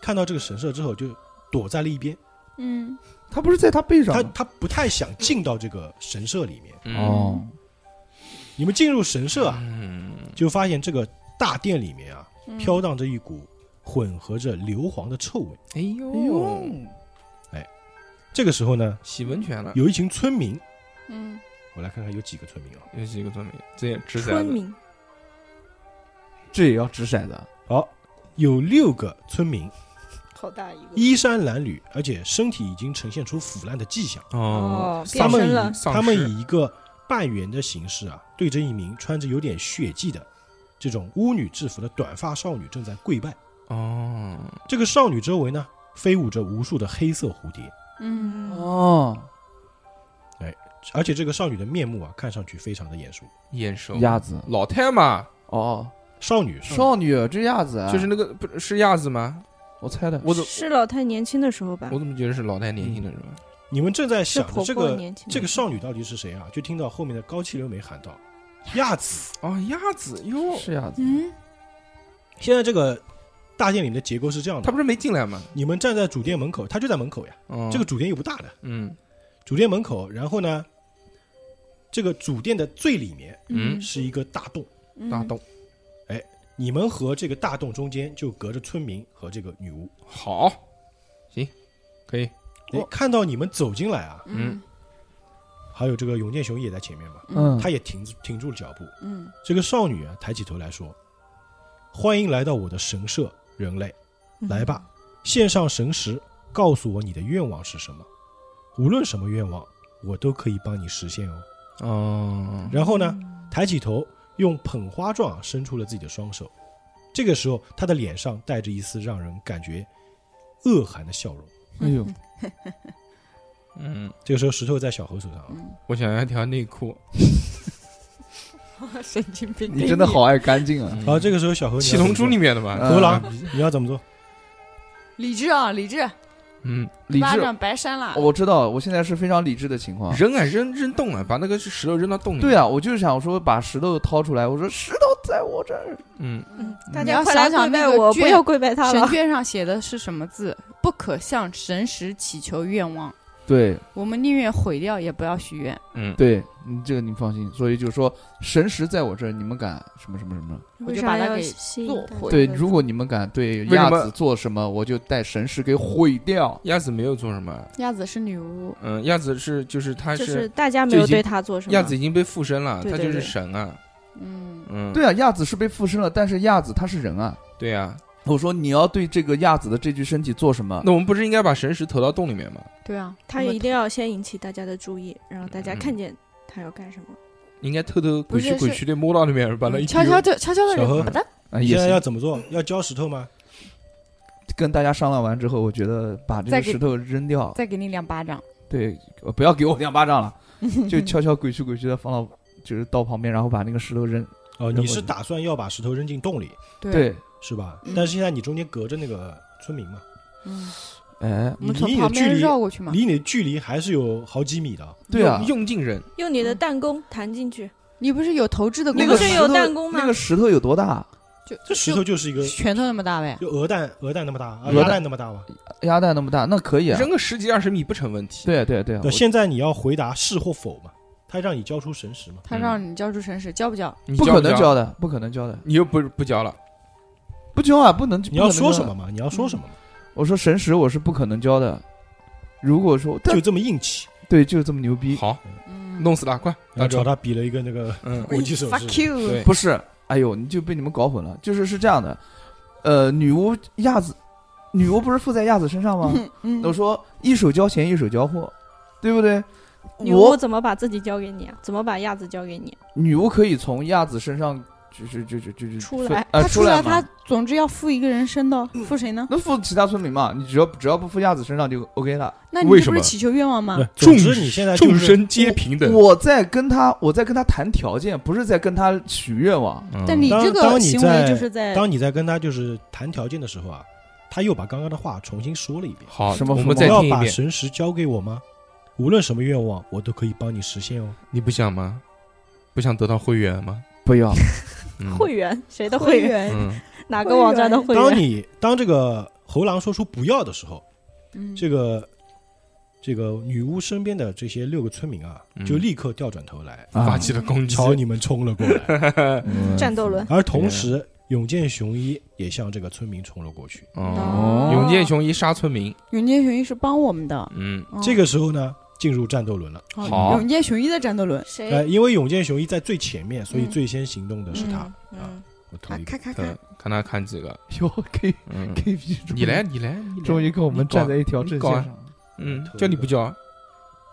A: 看到这个神社之后就躲在了一边，
F: 嗯，
D: 他不是啊在他背上
A: 他
D: 吗？
A: 他不太想进到这个神社里面。
B: 嗯
D: 哦，
A: 你们进入神社啊，
B: 嗯，
A: 就发现这个大殿里面啊，
F: 嗯
A: 飘荡着一股混合着硫磺的臭味。
B: 哎
D: 哎呦
B: 呦，，
A: 这个时候呢，
B: 洗温泉了，
A: 有一群村民，
F: 嗯，
A: 我来看看有几个村民啊。
B: 有几个村民，这也掷
E: 村
B: 骰子，
E: 民
D: 这也要掷骰子啊？
A: 好，有六个村民
E: 好大一个
A: 衣衫褴褛，而且身体已经呈现出腐烂的迹象。
E: 哦，
A: 他
E: 变
A: 们
E: 身
A: 以
E: 了，
B: 丧
A: 他们
B: 尸
A: 以一个半圆的形式啊，对着一名穿着有点血迹的这种巫女制服的短发少女正在跪拜。
B: 哦，
A: 这个少女周围呢，飞舞着无数的黑色蝴蝶，
F: 嗯，
D: 哦，
A: 而且这个少女的面目啊，看上去非常的眼熟。
B: 眼熟，
D: 鸭子
B: 老太嘛，
D: 哦，
A: 少女，
D: 少女这鸭子啊
B: 就是那个不是是鸭子吗？
D: 我猜的，
B: 我怎
E: 是啊老太年轻的时候吧
B: 我？怎么觉得是老太年轻的是吧？
A: 你们正在
E: 是
A: 想着
E: 婆
A: 这
E: 婆
A: 个
E: 年轻的
A: 这个少女到底是谁啊？就听到后面的高崎留美喊道：“亚子
B: 哦，鸭子哟，
D: 是鸭子，
F: 嗯，！”
A: 现在这个大殿里面的结构是这样
B: 他
A: 的
B: 不。是没进来吗？
A: 你们站在主殿门口，她就在门口呀。
B: 哦
A: 这个主殿又不大的，
B: 嗯
A: 主殿门口，然后呢，这个主殿的最里面
B: 嗯
A: 是一个大洞，
F: 嗯
B: 大洞
A: 你们和这个大洞中间就隔着村民和这个女巫。
B: 好，行，可以，
A: 哎，看到你们走进来啊，
B: 嗯
A: 还有这个永健雄也在前面嘛，
D: 嗯，
A: 他也停住停住了脚步。
F: 嗯
A: 这个少女啊，抬起头来说：“欢迎来到我的神社，人类，
E: 嗯
A: 来吧，献上神石，告诉我你的愿望是什么。无论什么愿望，我都可以帮你实现哦。”
B: 哦，
A: 然后呢，抬起头，用捧花状伸出了自己的双手。这个时候，他的脸上带着一丝让人感觉恶寒的笑容。
D: 哎呦，
B: 嗯，
A: 这个时候，石头在小猴手上啊，
B: 我想要一条内裤，
F: 神经病，
D: 你真的好爱干净啊！
A: 然后这个时候，小猴你要
B: 嗯七龙珠
A: 怎
B: 里
A: 么
B: 面的吧？
A: 做
D: 嗯
A: 猴狼，你要怎么做？
F: 理智啊，理智，
B: 嗯，
D: 理
F: 巴
D: 智，哦
F: 掌白扇了。
D: 我知道，我现在是非常理智的情况。
B: 扔啊扔扔洞啊，把那个石头扔到洞里。
D: 对，啊，我就是想说把石头掏出来，我说石头在我这儿，
B: 嗯，
F: 嗯
E: 大
F: 你
E: 家
F: 要
E: 快来
F: 想想
E: 跪拜
F: 那个
E: 我，
F: 卷
E: 不要跪拜他
F: 神
E: 了。
F: 卷上写的是什么字？不可向神石祈求愿望，
D: 对
F: 我们宁愿毁掉也不要许愿。
B: 嗯，
D: 对，你这个您放心。所以就是说神石在我这儿，你们敢什么什么什么？
F: 我就把它给
E: 做
F: 做回
D: 对，如果你们敢对
B: 为什
D: 鸭
B: 么
D: 子做什么，我就带神石给毁掉。
B: 鸭子没有做什么，
F: 鸭子是女巫，
B: 嗯，鸭子是就是它
E: 就是
B: 是
E: 大家没
B: 就
E: 有
B: 已经
E: 对他做什么。
B: 鸭子已经被附身了，
E: 对
B: 它
E: 对
B: 就是
E: 对
B: 神啊，
F: 嗯，
B: 嗯，
D: 对啊，亚子是被附身了，但是亚子他是人啊。
B: 对啊，
D: 我说你要对这个亚子的这具身体做什么？
B: 那我们不是应该把神石投到洞里面吗？
F: 对啊，
E: 他
F: 我们
E: 一定要先引起大家的注意，然后大家
B: 嗯
E: 看见他要干什么。
B: 应该偷偷
F: 不
B: 鬼
F: 是
B: 去鬼
F: 是
B: 去的摸到里面，把它一
F: 嗯悄
B: 丢
F: 悄就悄悄的
A: 小何
F: 不得，
D: 啊，
A: 你
D: 也
A: 现在要
D: 行，
A: 怎么做？要交石头吗？
D: 跟大家商量完之后，我觉得把这
F: 再
D: 个
F: 给
D: 石头扔掉，
F: 再给你两巴掌，
D: 对，呃不要给我两巴掌了， 就悄悄鬼去鬼去的放到就是到旁边，然后把那个石头扔。
A: 哦，
D: 扔
A: 你
D: 过
A: 是
D: 去
A: 打算要把石头扔进洞里
F: 对，
D: 对，
A: 是吧
E: 嗯？
A: 但是现在你中间隔着那个村民嘛，
F: 嗯，
D: 哎，
F: 我
A: 你
F: 们从
A: 离你的
F: 旁
A: 距
F: 边
A: 离
F: 绕过去嘛，
A: 离你的距离还是有好几米的。
D: 对啊
B: 用，用尽人，
E: 用你的
F: 嗯
E: 弹弓弹进去，
F: 你不是有投掷的
D: 那
F: 功能
D: 个
E: 不是
D: 石
E: 有
D: 头
E: 弹弓吗
D: 那个石头有多大？
F: 就
A: 这石头嗯就是一个
F: 就拳头那么大呗，
A: 就鹅蛋鹅蛋那么大，啊
D: 鹅
A: 鸭
D: 蛋
A: 蛋那么大吧？
D: 鸭蛋那么大，那可以啊。
B: 扔个十几二十米不成问题。
D: 对对对啊，
A: 那
D: 我
A: 现在你要回答是或否嘛？他让你交出神石嘛？
F: 他让你交出神石，交不交？
B: 你
D: 不
B: 交
D: 可能
B: 交，
D: 教的，不可能教的，
B: 你又不不交了，
D: 不教啊，嗯不能。
A: 你要
D: 不可能
A: 说
D: 教
A: 什
D: 的
A: 么？嘛？你要说什么嘛？
D: 我说神石我是不可能教的。如果说但
A: 就这么硬气，
D: 对，就是这么牛逼，
B: 好，
F: 嗯，
B: 弄死他，快，
A: 然后
B: 大
A: 朝
B: 周，
A: 他比了一个那个
B: 嗯，
A: 国际手势
F: Fuck。you！
B: 对，
D: 不是？哎呦，你就被你们搞混了。就是是这样的，呃，女巫亚子，女巫不是附在亚子身 上吗？
F: 嗯
D: 我说一手交钱一手交货，对不对？
E: 女巫
D: 我
E: 怎么把自己交给你啊？怎么把亚子交给你？啊
D: 女巫可以从亚子身上就是就就就就
E: 出来
D: 分
F: 哎他
D: 呃
F: 出
D: 出
F: 来，他
D: 嘛，
F: 总之要付一个人生的，付谁呢？
D: 那附其他村民嘛，你只要只要不附亚子身上就 OK 了。
F: 那你
B: 为
F: 这
B: 什
F: 不是
B: 么
F: 祈求愿望
D: 啊
F: 吗
A: 对？总之你现在就
B: 众
A: 是
B: 生皆平等。
D: 我在跟他我在跟他谈条件，不是在跟他许愿望。
B: 嗯
F: 但你
A: 当
F: 这
A: 当
F: 个
A: 你
F: 行
A: 在
F: 为就是在
A: 当你在跟他就是谈条件的时候啊，他又把刚刚的话重新说了一遍。
B: 好，
D: 什么
B: 我
D: 父
B: 们
D: 母
B: 再
A: 你要
B: 听一
A: 把
B: 遍，
A: 神石交给我吗？无论什么愿望，我都可以帮你实现哦。
B: 你不想吗？不想得到会员吗？
D: 不要，
B: 嗯
E: 会员谁的
F: 会
E: 会员？
F: 员，
B: 嗯，
E: 哪个网站的会
A: 当
E: 员？
A: 你当这个猴狼说出不要的时候，
F: 嗯
A: 这个这个女巫身边的这些六个村民啊，
B: 嗯
A: 就立刻调转头来，
D: 啊
B: 发起了攻击，
A: 朝你们冲了过来。
D: 嗯
E: 战斗轮，
A: 而同时，永健雄一也向这个村民冲了过去。
B: 哦，
F: 哦
B: 永健雄一杀村民，
F: 永健雄一是帮我们的，
B: 嗯，
F: 哦
A: 这个时候呢，进入战斗轮了。
F: 哦
B: 好
F: 永健雄一的战斗轮，
E: 谁？
A: 呃，因为永健雄一在最前面，所以
E: 嗯
A: 最先行动的是他。
E: 嗯
A: 啊
E: 嗯，
A: 我投一票。
F: 咔
B: 看看他看几个，
D: 哟，K
B: 嗯，
D: K P，
B: 你来，你来，你来
D: 终于跟我们站在一条
B: 你
D: 阵
B: 搞
D: 线
B: 啊
D: 上。
B: 嗯，叫你不叫，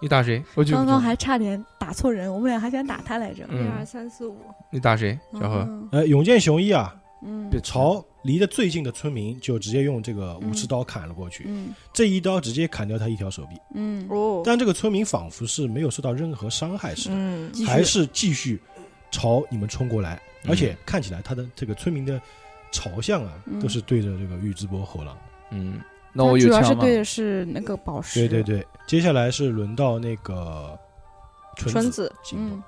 B: 你打谁？
D: 我就
F: 刚刚还差点打错人，我们俩还想打他来着。
E: 一二
B: 嗯，
E: 三四五，
B: 你打谁？小何，
F: 嗯
A: 呃，永健雄一啊，
F: 嗯
A: 朝离得最近的村民就直接用这个武士刀砍了过去，
F: 嗯
A: 这一刀直接砍掉他一条手臂，
F: 嗯，
E: 哦，
A: 但这个村民仿佛是没有受到任何伤害似的，
E: 嗯
F: 继续
A: 还是继续朝你们冲过来，
B: 嗯
A: 而且看起来他的这个村民的朝向啊，
F: 嗯
A: 都是对着这个宇智波猴狼。
B: 嗯，
D: 那我
F: 他
D: 有
F: 主要是
D: 枪吗？
F: 对的是那个宝
A: 对
F: 石，
A: 对，对，接下来是轮到那个
E: 纯
A: 纯
E: 子，
A: 行动
F: 嗯，，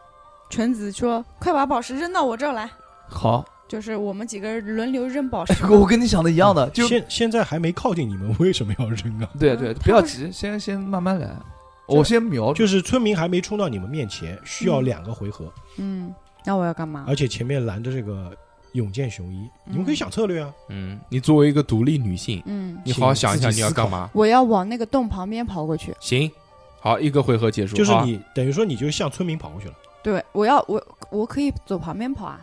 F: 纯子说：“快把宝石扔到我这儿来。
D: 好，”，
F: 就是我们几个人轮流扔宝石
D: 我跟你想的一样的，就
A: 现现在还没靠近你们，为什么要扔啊？
D: 对对，
F: 嗯
D: 不要急，先先慢慢来。我先瞄
A: 就
D: 准，
A: 是村民还没冲到你们面前，需要
F: 啊嗯
A: 两个回合。
F: 嗯，那我要干嘛？
A: 而且前面拦着这个永健雄一，
F: 嗯
A: 你们可以想策略啊。
B: 嗯，你作为一个独立女性，
F: 嗯，
B: 你好好想一
A: 请
B: 想
A: 自
B: 你
A: 己
B: 要
A: 思考
B: 干嘛。
F: 我要往那个洞旁边跑过去。
B: 行，好，一个回合结束，
A: 就是
B: 好
A: 你等于说你就向村民跑过去了，
F: 对，我要我我可以走旁边跑啊，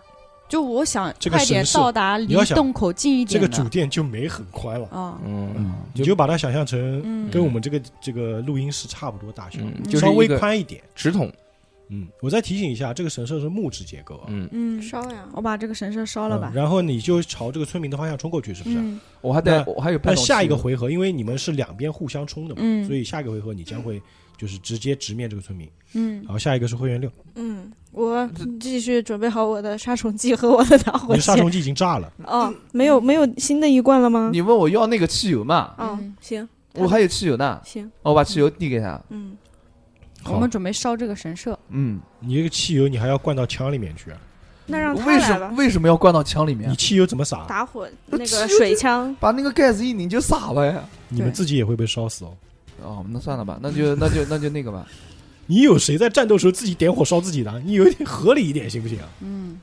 F: 就我想
A: 这个
F: 快点
A: 神社
F: 到达离
A: 你要想
F: 洞口近一
A: 这
F: 点啊
A: 个
F: 的。
A: 主殿就没很宽了，
F: 啊，
B: 嗯，
D: 嗯，
A: 你就把它想象成
F: 嗯
A: 跟我们这个这个录音室差不多大小，
B: 嗯，
F: 嗯
B: 就是
A: 稍微
B: 一个
A: 宽一点。
B: 直筒，
A: 嗯，我再提醒一下，这个神社是木质结构啊，
B: 嗯，
F: 嗯，
E: 烧呀！
F: 我把这个神社烧了吧
A: 嗯。然后你就朝这个村民的方向冲过去，是不啊是？
F: 嗯
D: 我还带
A: 那
D: 我还有
A: 那
D: 半桶
A: 下一个
D: 汽油
A: 回合，因为你们是两边互相冲的嘛，
F: 嗯
A: 啊所以下一个回合你将会就是直接直面这个村民。
F: 嗯
A: 然，后下一个是会员六，
E: 嗯，我继续准备好我的杀虫剂和我的打
A: 你
E: 火
A: 的杀
E: 机。
A: 虫剂已经炸了，
E: 哦，没有没有新的一罐了吗？
D: 你问我要那个汽油嘛？
E: 哦
F: 嗯，
E: 行
D: 我还有汽油呢，
E: 行，
D: 我把汽油递给他。
E: 嗯，
A: 好
F: 我们准备烧这个神社。
D: 嗯，
A: 你这个汽油你还要灌到枪里面去啊？
E: 那让他
D: 为什
E: 来
D: 么
E: 吧。
D: 为什么要灌到枪里
A: 你
D: 面？
A: 汽油怎么撒？
E: 打火那个水枪，
D: 把那个盖子一拧就撒了呀。
A: 你们
F: 对
A: 自己也会被烧死哦。
D: 哦，那算了吧，那就那就那就那个吧。
A: 你有谁在战斗时候自己点火烧自己的？啊你有一点合理一点行不行啊？
F: 嗯，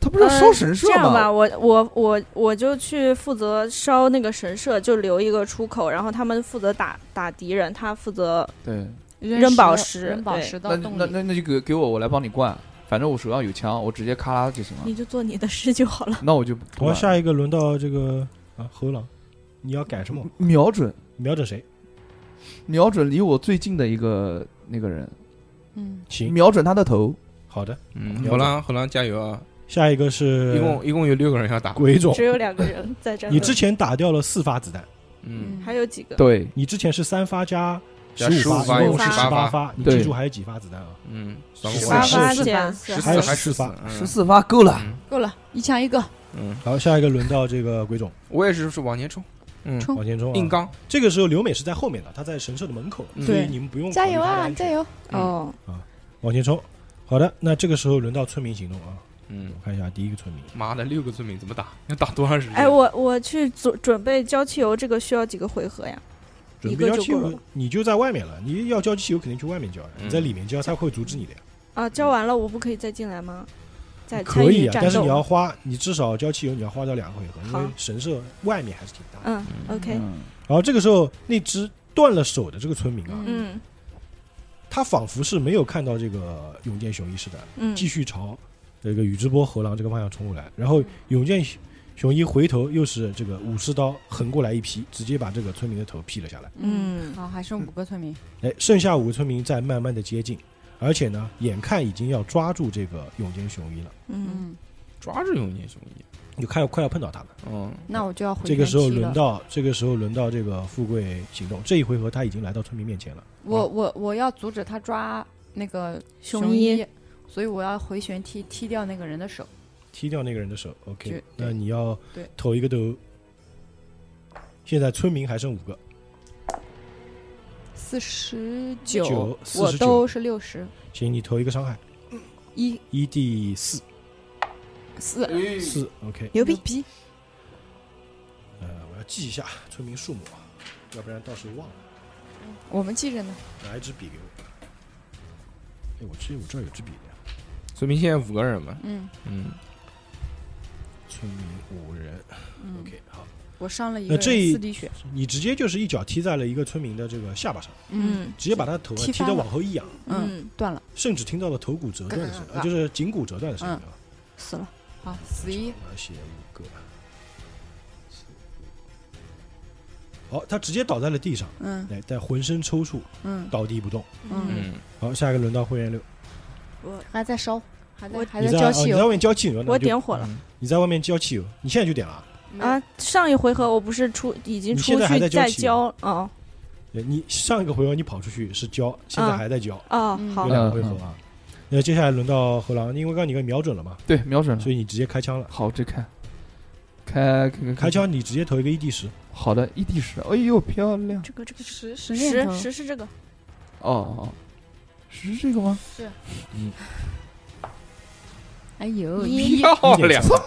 D: 他不是要烧神社
E: 呃这样吧，
D: 吗？
E: 我我我我就去负责烧那个神社，就留一个出口，然后他们负责打打敌人，他负责
D: 对，
E: 扔宝
F: 石
E: 石
F: 扔宝
E: 对
F: 石到
D: 那
F: 洞
D: 那
F: 里。
D: 那那就给给我，我来帮你灌。反正我手上有枪，我直接咔啦就行了。
E: 你就做你的事就 好了。
D: 那我就不
A: 好，
D: 管
A: 下一个轮到这个啊，猴狼，你要改什么？
D: 瞄准
A: 瞄准谁？
D: 瞄准离我最近的一个那个人，
F: 嗯，
A: 行，
D: 瞄准他的头。
A: 好的。
B: 嗯，荷兰荷兰加油啊！
A: 下一个是
B: 一共一共有六个人要打，
A: 鬼冢，
E: 只有两个人在这儿。
A: 你之前打掉了四发子弹，
B: 嗯，
E: 还有几个？
D: 对，
A: 你之前是三发加
B: 加
A: 十
B: 15
A: 发，
B: 发
A: 一共
E: 15
A: 是
E: 发
A: 十八
B: 发
A: 发，你
D: 对
A: 记住还有几发子弹啊？
B: 嗯，咱们
A: 十
E: 八
A: 八
E: 发
A: 是
E: 减
F: 是
E: 四
A: 还有
B: 还
A: 14发
D: 十四发够了，
B: 嗯
F: 够了，一枪一个，
B: 嗯，
A: 好，下一个轮到这个鬼冢
B: 我也是是往前冲，嗯，
E: 哦
F: 冲
A: 往前冲、啊，
B: 硬刚，
A: 这个时候刘美是在后面的，她在神社的门口，
B: 嗯
A: 所以
F: 对
A: 你们不用
F: 加
A: 考虑
F: 油
A: 她的
F: 啊，
A: 安全
F: 加！油！
E: 哦，
A: 往前冲。好的，那这个时候轮到村民行动啊！
B: 嗯
A: 我，看一下第一个村民，
B: 妈的，六个村民怎么打？ 要打多长时间？
E: 哎，我我去准准备浇汽油，这个需要几个回合呀？
A: 准
E: 一
A: 备
E: 个
A: 交
E: 就
A: 汽
E: 够
A: 油
E: 了，
A: 你就在外面了。你要交汽油肯定去外面交呀，
B: 嗯
A: 你在里面交，他会阻止你的呀。
E: 啊，浇完了我不可以再进来吗？再参
A: 可以
E: 与
A: 啊，
E: 战
A: 但是
E: 斗
A: 你要花，你至少交汽油你要花掉两个回合，因为
E: 好
A: 神社外面还是挺大的。
E: 嗯，OK，
D: 嗯
A: 然后这个时候，那只断了手的这个村民啊，
F: 嗯，
E: 嗯
A: 他仿佛是没有看到这个永见雄一似的，
E: 嗯
A: 继续朝这个宇智波和狼这个方向冲过来。然后永见雄一回头，又是这个武士刀横过来一劈，直接把这个村民的头劈了下来。
E: 嗯
F: 好，还剩五个村民，
A: 哎，剩下五个村民在慢慢的接近，而且呢，眼看已经要抓住这个永间雄一了，
E: 嗯，
F: 嗯，
B: 抓住永年雄一，
A: 就看快要碰到他了。
B: 嗯，
F: 那我就要回
A: 这个时候
F: 天梯
A: 轮
F: 了
A: 到，这个时候轮到这个富贵行动，这一回合他已经来到村民面前了。
F: 我我我要阻止他抓那个
E: 雄
F: 一
E: 一，
F: 所以我要回旋踢踢掉那个人的手。
A: 踢掉那个人的手，OK，
F: 对
A: 那你要
F: 对
A: 投一个头。现在村民还剩五个，
F: 四十
A: 九
F: 九，我
A: 49
F: 都是六十
A: 行，你投一个伤害，
F: 一
A: 一 d 四
F: 四，
A: 四，OK，
E: 牛逼
F: 逼！
A: 呃，我要记一下村民数目啊，要不然到时候忘了。
F: 我们记着呢。
A: 拿一支笔给我。哎，我这我这儿有支笔的呀。
B: 村民现在五个人嘛，
F: 嗯
B: 嗯，
A: 村民五人
F: 嗯
A: ，OK，好，
F: 我伤了一
A: 那
F: 个
A: 这一
F: 人四滴血。
A: 你直接就是一脚踢在了一个村民的这个下巴上，
E: 嗯
A: 直接把他的头啊
F: 踢
A: 踢
F: 翻
A: 得
F: 了
A: 往后一仰，
F: 嗯，
E: 嗯，
F: 断了。
A: 甚至听到了头骨折断的
F: 嗯
A: 声音，啊就是颈骨折断的声音啊。
E: 死了，
F: 好，嗯死一。
A: 我要写五个。好，他直接倒在了地上，
F: 嗯
A: 来，但浑身抽搐，
F: 嗯
A: 倒地不动。
F: 嗯，
B: 嗯，
A: 好，下一个轮到会员六，
F: 还在烧，还在
E: 我
F: 还
A: 你
F: 在
A: 在
F: 浇
A: 哦
F: 汽
A: 你在
F: 油
A: 外面浇汽油，那
E: 我
A: 就
E: 点火了
B: 嗯
A: 你在外面浇汽油，你现在就点了啊。
E: 啊！！上一回合我不是出已经
A: 你
E: 出
A: 现在还
E: 去
A: 在
E: 再
A: 浇汽油
E: 浇哦
A: 对你上一个回合你跑出去是浇，
F: 啊
A: 现在
E: 嗯
A: 还在浇，
E: 哦
F: 嗯
E: 好
A: 有，两个回合啊。那接下来轮到何狼，因为刚刚你刚瞄准了嘛，
D: 对，瞄准了
A: 所。以你直接开枪了。
D: 好，这开，开开
A: 开。枪你直接投一个 ED 十，
D: 好的，一滴十。哎呦，漂亮！
E: 这个这个
F: 十十念
E: 十
F: 头
E: 十是这个
D: 哦哦，是这个吗？
F: 哎呦，
E: 一
B: 漂
A: 一点
B: 亮
A: 三，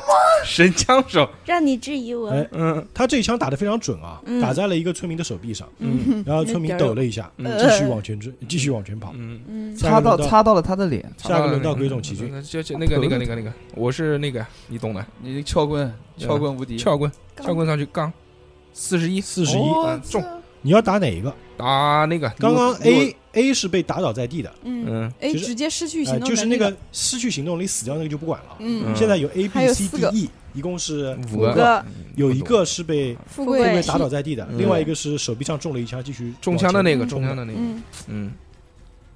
B: 神枪手，
E: 让你质疑我
A: 哎
B: 嗯
A: 他这一枪打得非常准啊，
E: 嗯
A: 打在了一个村民的手臂上，
B: 嗯
A: 然后村民抖了一下，
B: 嗯
A: 继续往前追，继续往前跑。
B: 嗯，
F: 嗯，
A: 下
D: 擦
A: 一个
D: 到
A: 轮到
D: 擦到了他的脸，
A: 下一个轮到鬼冢奇骏，
B: 嗯就就那个那个那个那个，我是那个你懂的，
D: 你撬棍，撬棍无敌。
B: 撬棍，
E: 杠
B: 撬棍上去杠，四十一，
A: 四十一，
B: 哦中
A: 你要打哪一个？
B: 打那个
A: 刚刚
B: 如果
A: A A 是被打倒在地的，
F: 嗯，
B: 嗯
F: 哎，
A: 其实
F: 直接失去
A: 呃
F: 行动
A: 就是
F: 能力
A: 那
F: 了
A: 个失去行动力死掉那个就不管了。
F: 嗯
B: 嗯，
A: 现在有 A
F: 还
A: B
F: 有
A: C
F: 四
A: D
F: 个
A: E，一共是
B: 五
E: 五
B: 个，
E: 个
A: 有一个是被
F: 富
E: 富
F: 贵
E: 贵
A: 被
E: 被
A: 打倒在地的，
B: 嗯
A: 另外一个是手臂上中了一枪，继续
B: 中枪的那个
A: 往前
B: 中枪的那个，
F: 嗯，
B: 嗯，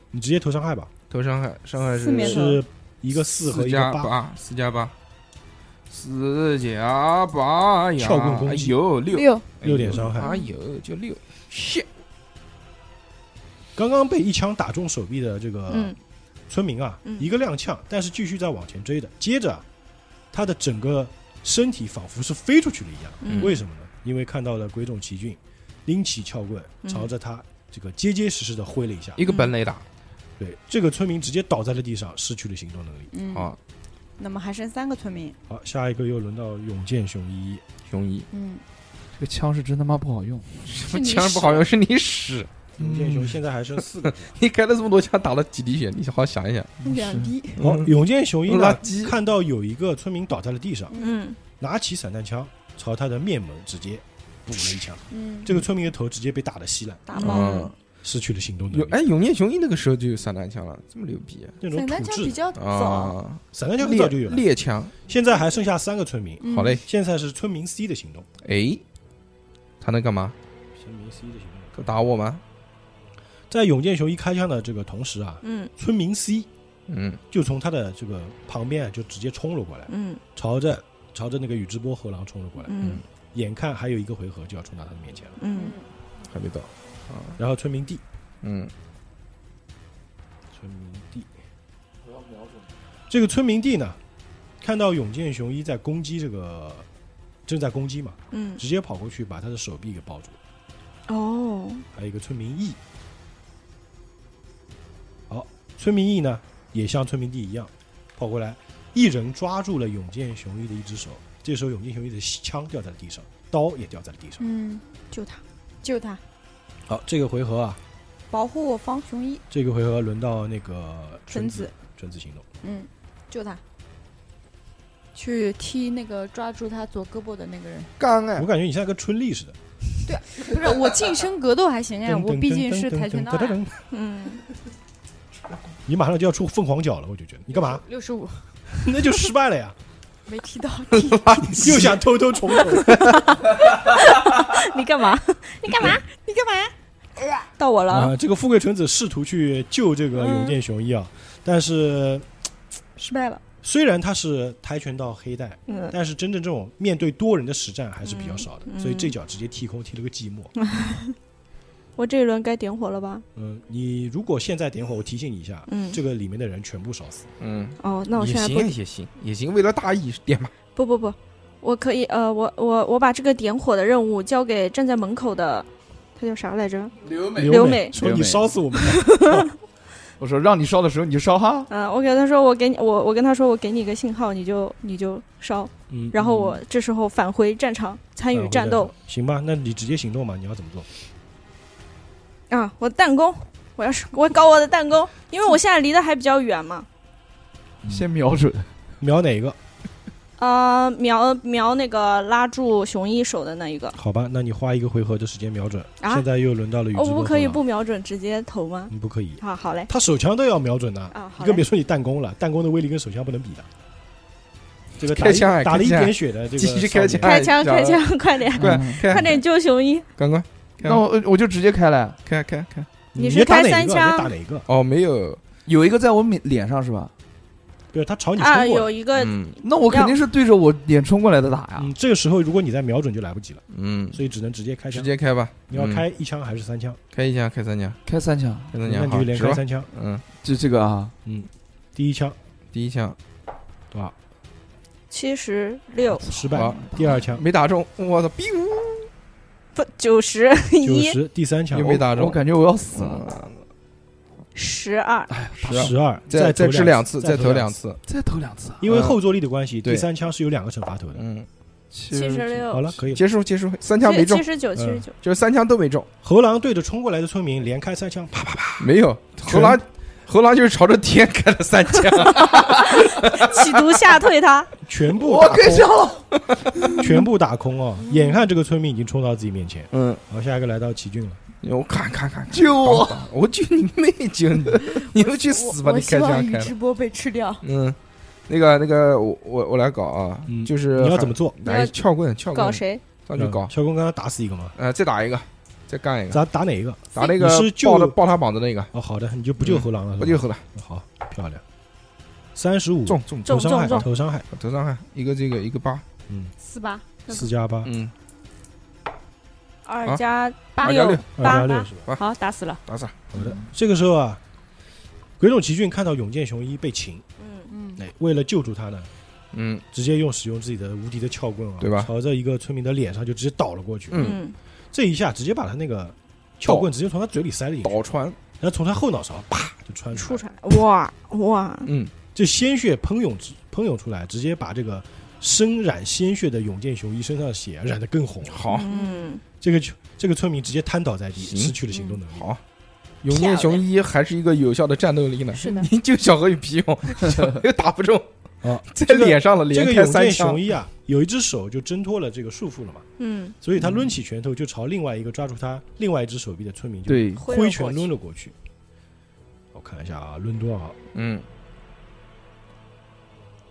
A: 你直接投伤害吧，
B: 投伤害，伤害
F: 四面
B: 是
F: 头
A: 是一个四和一个
B: 加
A: 八。
B: 八，四加八，四加八呀，
A: 撬棍攻
B: 哎
A: 击
B: 呦六
F: 六，
B: 哎
A: 六
B: 呦
A: 点伤害
B: 哎呦就六，shit，
A: 刚刚被一枪打中手臂的这个
E: 嗯
A: 村民啊，
E: 嗯
A: 一个踉跄，但是继续在往前追的。接着，他的整个身体仿佛是飞出去了一样，
E: 嗯
A: 为什么呢？因为看到了鬼冢奇骏拎起撬棍，
E: 嗯
A: 朝着他这个结结实实的挥了一下。
B: 一个本垒打，
A: 对，这个村民直接倒在了地上，失去了行动能力。
F: 嗯，
B: 好，
F: 那么还剩三个村民，
A: 好，下一个又轮到永健雄一，
B: 熊一，
F: 嗯，
D: 这个枪是真他妈不好用。
B: 什么
E: 你
B: 枪不好用是你屎，
A: 永健
B: 嗯
A: 雄现在还剩四 个人。
B: 你开了这么多枪打了几滴血，你好好想一想，
F: 嗯两滴，
A: 好，
B: 嗯
A: 永健哦雄一呢
B: 垃圾，
A: 看到有一个村民倒在了地上，
E: 嗯
A: 拿起散弹枪朝他的面门直接补了一枪。
F: 嗯，
A: 这个村民的头直接被打得稀烂，
F: 打
E: 嗯
F: 爆。
B: 嗯，
A: 失去了行动能
B: 有
A: 力。
B: 哎，永夜雄一那个时候就有散弹枪了，这么牛逼
A: 那种
F: 散弹
A: 土
F: 枪
A: 制
F: 比
A: 的，
F: 较早，
B: 啊！
A: 散弹枪很
B: 猎
A: 早就有了。
B: 猎枪，
A: 现在还剩下三个村民，
F: 嗯
B: 好嘞，，
A: 现在是村民 C 的行动。
B: 哎，他能干嘛？
A: 村民 C 的行动，
B: 打我吗？
A: 在永健雄一开枪的这个同时啊，
E: 嗯
A: 村民 C
B: 嗯，
A: 就从他的这个旁边啊就直接冲了过来，
E: 嗯
A: 朝着朝着那个宇智波和狼冲了过来。
E: 嗯
A: 眼看还有一个回合就要冲到他的面前了，
E: 嗯，
B: 还没到，
A: 然后村民地，
B: 啊嗯，
A: 村民地，这个村民地呢，看到永见雄一在攻击这个，正在攻击嘛，
E: 嗯，
A: 直接跑过去把他的手臂给抱住，
E: 哦，
A: 还有一个村民义。好，村民义呢，也像村民地一样，跑过来，一人抓住了永见雄一的一只手。这时候，永见雄一的枪掉在了地上，刀也掉在了地上。
F: 嗯，
E: 救他，
F: 救他，
A: 好，这个回合啊，
F: 保护我方雄一，
A: 这个回合轮到那个纯
F: 纯
A: 子
F: 子，
A: 纯子行动。
F: 嗯，救他，去踢那个抓住他左胳膊的那个人。
B: 干哎
A: 我，感觉你像个春丽似的。
F: 不是我近身格斗还行哎，
A: 噔
F: 我
A: 噔
F: 毕
A: 噔
F: 竟
A: 噔
F: 是
A: 噔
F: 跆
A: 噔
F: 拳道
A: 噔噔
F: 啊。
A: 噔
E: 嗯，
A: 你马上就要出凤凰脚了，我就觉得你干 嘛？
F: 六十五
A: 那就失败了呀，
F: 没踢到，
A: 又想偷偷重 走。
E: 你干嘛？ 你干嘛？你干嘛？到我了，
A: 啊，这个富贵纯子试图去救这个永见雄一啊，
E: 嗯
A: 但是
C: 失败了。
A: 虽然他是跆拳道黑带，
E: 嗯，
A: 但是真正这种面对多人的实战还是比较少的，
E: 嗯
A: 所以这脚直接踢空，踢了个寂寞。
E: 我这一轮该点火了吧？
A: 嗯，你如果现在点火，我提醒你一下，
E: 嗯
A: 这个里面的人全部烧死。
B: 嗯，
E: 哦，那我
B: 也
E: 现在
B: 行
E: 不
B: 啊也行也行，为了大义点吧，
E: 不不不，我可以呃，我我我把这个点火的任务交给站在门口的，他叫啥来着？
D: 刘美
E: 刘美
A: 美说你烧死我们，
D: 我说让你烧的时候你就烧哈，
E: 嗯、我给他说，我给你，我我跟他说，我给你一个信号，你就你就烧，
A: 嗯，
E: 然后我这时候返回战场参与战斗
A: 行吧？那你直接行动嘛？你要怎么做？
E: 啊，我弹弓，我要是我搞我的弹弓，因为我现在离得还比较远嘛，
D: 先瞄准。
A: 瞄哪一个？
E: 呃，瞄瞄那个拉住熊一手的那一个，
A: 好吧，那你花一个回合的时间瞄准。
E: 啊
A: 现在又轮到了宇智
E: 我
A: 波头了。
E: 不可以不瞄准直接投吗？
A: 嗯，不可以。
E: 啊，好嘞，
A: 他手枪都要瞄准的，
E: 啊，好
A: 你更别
E: 嘞，
A: 说你弹弓了，弹弓的威力跟手枪不能比的。这个打
B: 开
A: 一
B: 枪啊
A: 打了一
B: 开枪啊
A: 点血的这个
B: 继续
A: 少
B: 开
A: 年
B: 枪
E: 开枪开枪， 快点
B: 快开
E: 快点救熊一，
B: 赶快开
D: 那我我就直接开了。
B: 开开开，
E: 你
A: 别
E: 是
A: 打
E: 开
A: 哪一个
E: 三
A: 别
E: 枪
A: 打哪一个？
B: 哦，没有，
D: 有一个在我脸脸上是吧？
A: 不是他朝你冲
E: 啊，
A: 过来，
E: 有一个
B: 嗯
D: 那我肯定是对着我脸冲过来的打
B: 啊
D: 呀。
A: 嗯，这个时候如果你再瞄准就来不及了，
B: 嗯，
A: 所以只能直接开
B: 直
A: 枪。
B: 接开吧，
A: 你要
B: 嗯
A: 开一枪还是三枪？
B: 开一枪，开三枪，
D: 开三枪，
B: 开三
A: 那
B: 枪，
A: 你就
B: 好，
A: 连
B: 值
A: 开
B: 吧，
A: 三枪。
B: 嗯，
D: 就这个啊，
A: 第一枪
B: 第一枪
A: 多少？
E: 七十六
A: 失败
B: 好。
A: 第二枪
B: 没打中，我操，biu，
E: 不九十
A: 九
E: 一
A: 十，第三枪
B: 又没打
D: 我
B: 中，
D: 感觉我要死了，哎
B: 嗯
E: 十
D: 啊
E: 二，
B: 十二
A: 哦十二，
B: 再
A: 再
B: 吃
A: 两
B: 次，
A: 再
B: 再投
A: 两
B: 两。次，
D: 再投两次啊，
A: 因为后坐力的关系，
B: 对
A: 第三枪是有两个惩罚投的。
B: 嗯，
D: 七
E: 七十
A: 好
E: 六，
A: 了，可以了。
B: 结束结束，三枪没中
E: 七，十九，七十九，
B: 就是三枪都没中，
A: 猴狼对着冲过来的村民连开三枪，啪啪啪，
B: 没有，
A: 全
B: 猴狼猴狼就是朝着天开了三 枪，
E: 企图吓 退他。
A: 全部
D: 我
A: 打
D: 开枪
A: 空，
D: 了，
A: 全部打空哦！眼看这个村民已经冲到自己面前，
B: 嗯，
A: 好，下一个来到齐俊了。
B: 我看看看，
D: 救我！
B: 看我救你妹，救你，你们去死吧，
F: 我
B: 你
F: 希
B: 开枪
F: 望
B: 开
F: 宇
B: 了
F: 智，波被吃掉。
B: 嗯，那个那个，我我我来搞啊
A: 嗯，
B: 就是
A: 你要怎么做？
E: 你要
B: 来撬棍撬
E: 搞
B: 棍，
E: 谁？
B: 上去搞，嗯
A: 小公刚刚打死一个嘛，
B: 呃，再打一个，再干一个，
A: 咱打哪一个？
B: 打那个
A: 你是救
B: 抱了抱他膀子那个，
A: 哦，好的，你就不救猴狼了，
B: 我就
A: 吧
B: 是后来
A: 好漂亮，三十五
B: 中中
A: 头
E: 中
A: 伤害，
E: 中
A: 头伤害，
B: 头伤害，一个这个一个八，
A: 嗯，
F: 四八
A: 四加八，
B: 嗯，
E: 二加
B: 二加
E: 六
B: 六，
A: 二加
E: 八
A: 六
E: 八
A: 是吧？
F: 好打死了。
B: 打死，
A: 好的，这个时候啊，鬼冢奇俊看到永见雄一被擒，
E: 嗯，
F: 嗯，
A: 哎，为了救助他呢，
B: 嗯
A: 直接用使用自己的无敌的撬棍啊，
B: 对吧
A: 朝着一个村民的脸上就直接倒了过去，
B: 嗯，
E: 嗯，
A: 这一下直接把他那个撬棍直接从他嘴里塞了进去，
B: 倒穿，
A: 然后从他后脑勺啪就穿出
E: 出
A: 来，
E: 来，嗯哇哇，
B: 嗯，
A: 这鲜血喷涌之喷涌出来，直接把这个身染鲜血的永见雄一身上的血染得更红了。
B: 好
E: 嗯，
A: 这个就这个村民直接瘫倒在地，
B: 行
A: 失去了行动能力。
B: 好。永夜雄一还是一个有效的战斗力呢，
F: 是的
B: 你就小何有屁 用，小何又打不中，
A: 啊，
B: 在
A: 这个
B: 脸上了，
A: 这
B: 连
A: 个
B: 开
A: 永
B: 三
A: 见
B: 枪
A: 雄，一啊，有一只手就挣脱了这个束缚了嘛，
E: 嗯，
A: 所以他抡起拳头就朝另外一个抓住他另外一只手臂的村民就
D: 对，
A: 挥拳抡了过去。我看一下啊，抡多少？
B: 嗯，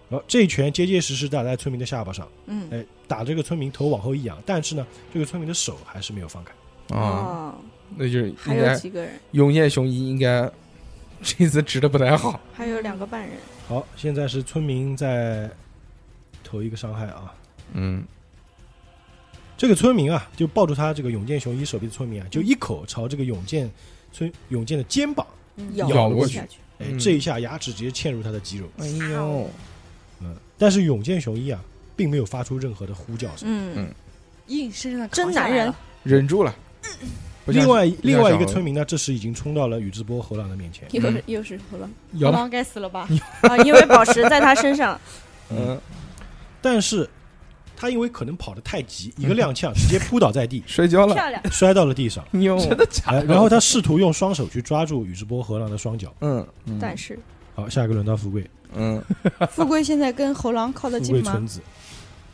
A: 然后这一拳结结实实打在村民的下巴上，
E: 嗯，
A: 哎，打这个村民头往后一仰，但是呢，这个村民的手还是没有放开。
B: 啊，
E: 哦，
B: 那就是应
E: 还有
B: 该
E: 几个人，
B: 永夜雄一应该 这次值的不太好，
E: 还有两个半人，
A: 好，现在是村民在投一个伤害啊，
B: 嗯，
A: 这个村民啊，就抱住他这个永健雄一手臂的村民啊，就一口朝这个永健村永健的肩膀，
F: 嗯
E: 咬
B: 咬
A: 过
B: 过
A: 去
B: 去，
F: 去，
A: 哎，
B: 嗯
A: 这一下牙齿直接嵌入他的肌肉。
B: 哎呦，
A: 嗯，但是永健雄一啊，并没有发出任何的呼叫声。
E: 嗯
B: 嗯，
F: 硬生生的
E: 真男 人，
B: 忍住了。不相
A: 另
B: 信
A: 外
B: 不像
A: 另外一个
B: 小猴
A: 村民呢，这时已经冲到了宇智波猴狼的面前。
E: 又是
B: 嗯
E: 又是胡了
B: 咬了，
F: 狼该死了吧？
E: 啊！因为宝石在他身 上，
B: 嗯，
A: 但是他因为可能跑得太急，一个
B: 嗯
A: 踉跄，直接扑倒在 地，
B: 摔跤了，
E: 漂亮，
A: 摔到了地上。
B: 哟，真的假
A: 哎，然后他试图用双手去抓住宇智波和狼的双脚。
B: 嗯
D: 嗯
E: 但是
A: 好，下一个轮到富贵，
B: 嗯，
F: 富贵现在跟猴狼靠得
A: 富
F: 近
A: 贵
F: 吗
A: 纯？子，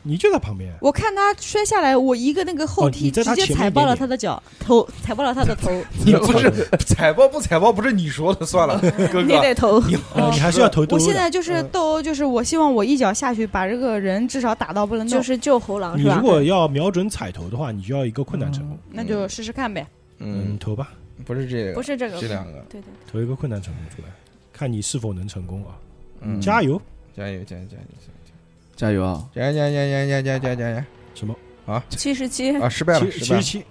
A: 你就在旁 边。
F: 我看他摔下来，我一个那个后
A: 哦你
F: 踢
A: 在
F: 直
A: 他
F: 接
A: 前面
F: 踩
A: 一
F: 爆了
A: 点
F: 他的脚，头踩爆了他的头。
B: 你不是
A: 哦
B: 踩爆不踩爆不是你说的， 算了，哥
E: 你
B: 哥，
E: 得投
B: 哦
A: 呃，你还是要投
F: 我
A: 兜
F: 现
A: 的。
F: 在就是
B: 嗯
F: 斗殴，就是我希望我一脚下去把这个人至少打到不能动，
E: 就是救猴狼
A: 你
E: 是吧
A: 如？果要瞄准彩头的话，你就要一个困难成功。
F: 那就试试看呗。
A: 嗯，
B: 嗯，
A: 投吧，
B: 不是这个，
E: 不是这个，
B: 这两个，
E: 对对，
A: 投一个困难成功出来，看你是否能成功啊！
B: 嗯，
A: 加油！
B: 加油加油加油
D: 加油啊！
B: 加油加油加油加油加油加油加油
A: 什么？
E: 七十七
B: 啊！失败
A: 七
B: 了，
A: 七
B: 失败
A: 十
B: 了，
A: 七，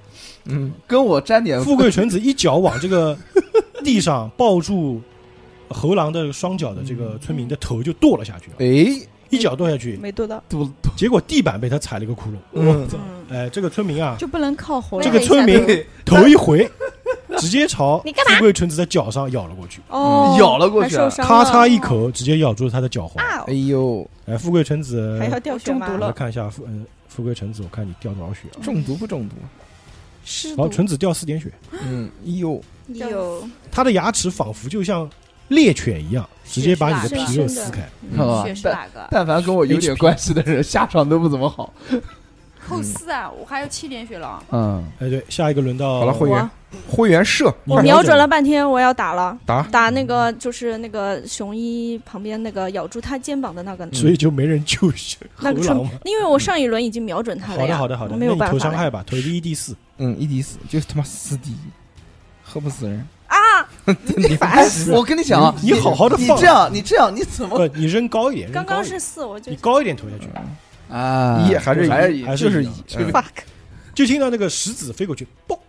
B: 嗯，
D: 跟我沾点
A: 富贵纯子一脚往这个地 上抱住猴狼的双脚的这个
B: 嗯
A: 村民的头就跺了下去了，
B: 哎，
A: 一脚跺下去，
F: 没剁到，
D: 嘟嘟，
A: 结果地板被他踩了一个窟窿。
B: 嗯
E: 嗯，
A: 哎，这个村民啊，
F: 就不能靠猴
A: 这
F: 狼
A: 个村民
E: 那个
A: 头一回直接朝
E: 你干嘛
A: 富贵纯子的脚上咬了过去，
E: 哦，
D: 咬了过去
E: 还
D: 啊
E: 受伤
A: 咔嚓
E: 了
A: 一口直接咬住了他的脚踝。
E: 啊
B: 哎！呦，
A: 哎，富贵纯子
F: 还，要掉血
E: 中
F: 吗
E: 毒
A: 我
E: 了
A: 来看一下富嗯富贵纯子，我看你掉多少血啊？
B: 中毒不中毒？
E: 是
A: 好，纯子掉四点血，
B: 嗯，哎呦，
E: 有
A: 他的牙齿仿佛就像猎犬一样，直接把你的
E: 是吧
A: 皮肉
E: 深深
A: 撕
E: 的
A: 开。
D: 看到
A: 啊
D: 吧
E: 血是哪个？
D: 但凡跟我有点关系的人，下场都不怎么好。
F: 扣四啊，我还有七点血了。
D: 嗯，
A: 哎，对，下一个轮到
B: 好了，会员
E: 我
B: 会员射
A: 你
E: 我瞄准
A: 了
E: 了半天，我要打了。
B: 打，
E: 打那个就是那个熊一旁边那个咬住他肩膀的那个，
A: 所以就没人救猴
E: 那个
A: 狼
E: 村
A: 嘛。，
E: 因为我上一轮已经瞄准他
A: 好
E: 了
A: 的，
E: 呀，
A: 好的，好的，
E: 没有
A: 那你
E: 办
A: 投
E: 法
A: 伤
E: 了
A: 害吧，投第一、第四。
B: 嗯，一滴死，就是他妈四滴，喝不死人。
E: 啊！
B: 你
D: 哎，我跟你讲啊，
A: 你好好的
D: 你
A: 放
D: 这样，你这样，你怎么
A: 不，你扔高一点，
E: 刚
A: 扔嗯高
E: 刚
A: 一点
E: 是四，我就
A: 你高一点投下去，
D: 啊
B: 一还是一
D: 还是一啊
A: 还
B: 就是
A: 一
B: 一
A: 样，
B: 嗯
E: fuck，
A: 就听到那个石子飞过去，嘣，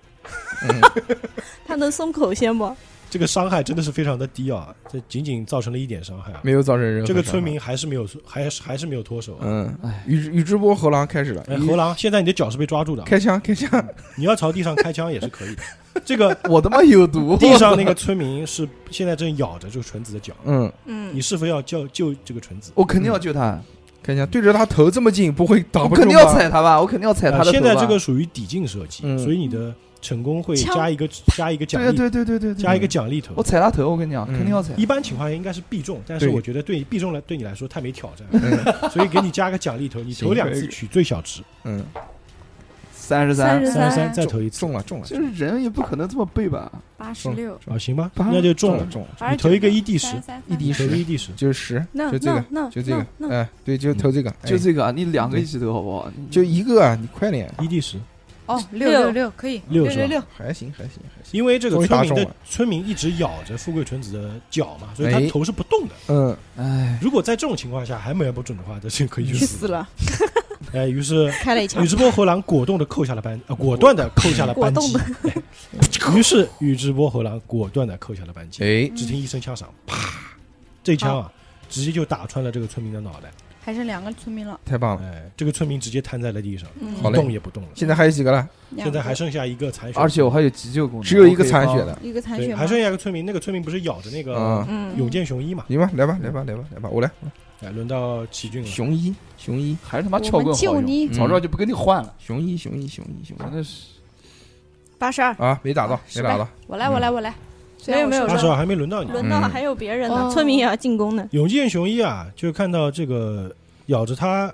E: 他能松口先不？
A: 这个伤害真的是非常的低啊，这仅仅造成了一点伤害啊。
B: 没有造成任何
A: 这个
B: 伤
A: 村
B: 害
A: 民，还是没有，还是还是没有脱手啊。
B: 嗯
D: 哎，
B: 宇智宇智波猴狼开始了，
A: 哎，
B: 一
A: 猴狼，现在你的脚是被抓住的啊，
B: 嗯开枪开枪，
A: 你要朝地上开枪也是可以的。这个
D: 我他妈有毒！
A: 地上那个村民是现在正咬着这个纯子的脚，
B: 嗯，
A: 你
E: 嗯，
A: 是否要救救这个纯子？
D: 我肯定要救他，
B: 开枪，对着他头这么近，不会打
D: 我
B: 不
D: 肯
B: 中
D: 定要
B: 吧？
D: 踩他吧，我肯定要踩他
A: 呃
D: 的头吧。
A: 现在这个属于抵近射击，
B: 嗯
A: 所以你的成功会
F: 枪
A: 加一个加一个奖
D: 对
A: 励，
D: 对对对对对，
A: 加一个奖励头
D: 我。踩他头，我跟你讲，
B: 嗯
D: 肯定要踩。
A: 一般情况下应该是必中，但是
B: 对
A: 我觉得对必中来对你来说太没挑战，
B: 嗯
A: 了， 所以给你加个奖励 头，你
B: 行
A: 投两
B: 可
A: 次
B: 以
A: 取最小值，
B: 嗯，
D: 三十
E: 三
D: 三，
E: 十
A: 三十
E: 三
A: 三，再投一次
B: 中了中了，
D: 就是人也不可能这么背吧？
F: 八十六，
A: 啊，行吧，
D: 八
A: 那就中
B: 中
A: 了，
B: 中了，
A: 你投一个一 d 十，
F: 33
B: 一滴
A: 投
B: 十
A: 一个一 d 十，
B: 就是十，
E: 那
B: 就这个
E: 那那
B: 就这个，
E: 那那
B: 哎，对，
A: 嗯
B: 就投这个，
D: 就
B: 哎
D: 这个啊，你两个一起投好不好？你
B: 就一个啊，你快点，
A: 一 d 十，
F: 哦，六
E: 六六
F: 六六可以，
A: 六
F: 六
A: 是吧
F: 六六，
B: 还行还行还行，
A: 因为这个
B: 终于
A: 村
B: 打
A: 民
B: 中
A: 的
B: 了
A: 村民一直咬着富贵纯子的脚嘛，所以他
B: 哎
A: 头是不动的。
B: 嗯，
D: 哎，
A: 如果在这种情况下还瞄不准的话，这就可以去
F: 去死
A: 了。
F: 了，
A: 哎，于是
F: 开了一枪
A: 宇。智波猴狼果断的扣下了扳，呃，果断的扣下了扳 机。哎于是宇智波猴狼果断的扣下了扳机。
B: 哎，
A: 只听一声枪响，啪！这一枪啊，直接就打穿了这个村民的脑袋。
F: 还剩两个村民了，
B: 太棒了，
A: 哎，这个村民直接瘫在了地上，
E: 嗯
B: 好
A: 一
B: 嘞
A: 动也不动了。
B: 现在还有几个了？
A: 现在还剩下一个残血，
D: 而且我还有急救功能，
B: 只有一个残血的，
F: 一个残
A: 对，
F: 血
A: 还
F: 吗？
A: 剩下一个村民，那个村民不是咬着那个
B: 啊，
E: 嗯，
A: 永健雄一嘛？
B: 行吧，来吧来吧来吧来吧，我来，
A: 哎，轮到奇俊了。
B: 熊一熊一
D: 还是他妈
F: 我
D: 撬
F: 们
D: 棍好
F: 救
D: 用，
F: 你
B: 嗯
D: 早知道就不跟你换了，
B: 熊一熊一熊一熊
D: 真
B: 一
D: 的是。
E: 八十二，
B: 啊，没打到没
F: 失败
B: 打到，
F: 我来，我来，我来。虽
E: 没有
F: 然我
E: 没有
F: 是
A: 八十二还没轮到你，
E: 轮到
B: 嗯
E: 还有别人呢，
F: 哦
E: 村民也要进攻呢。
A: 永健雄一啊，就看到这个咬着他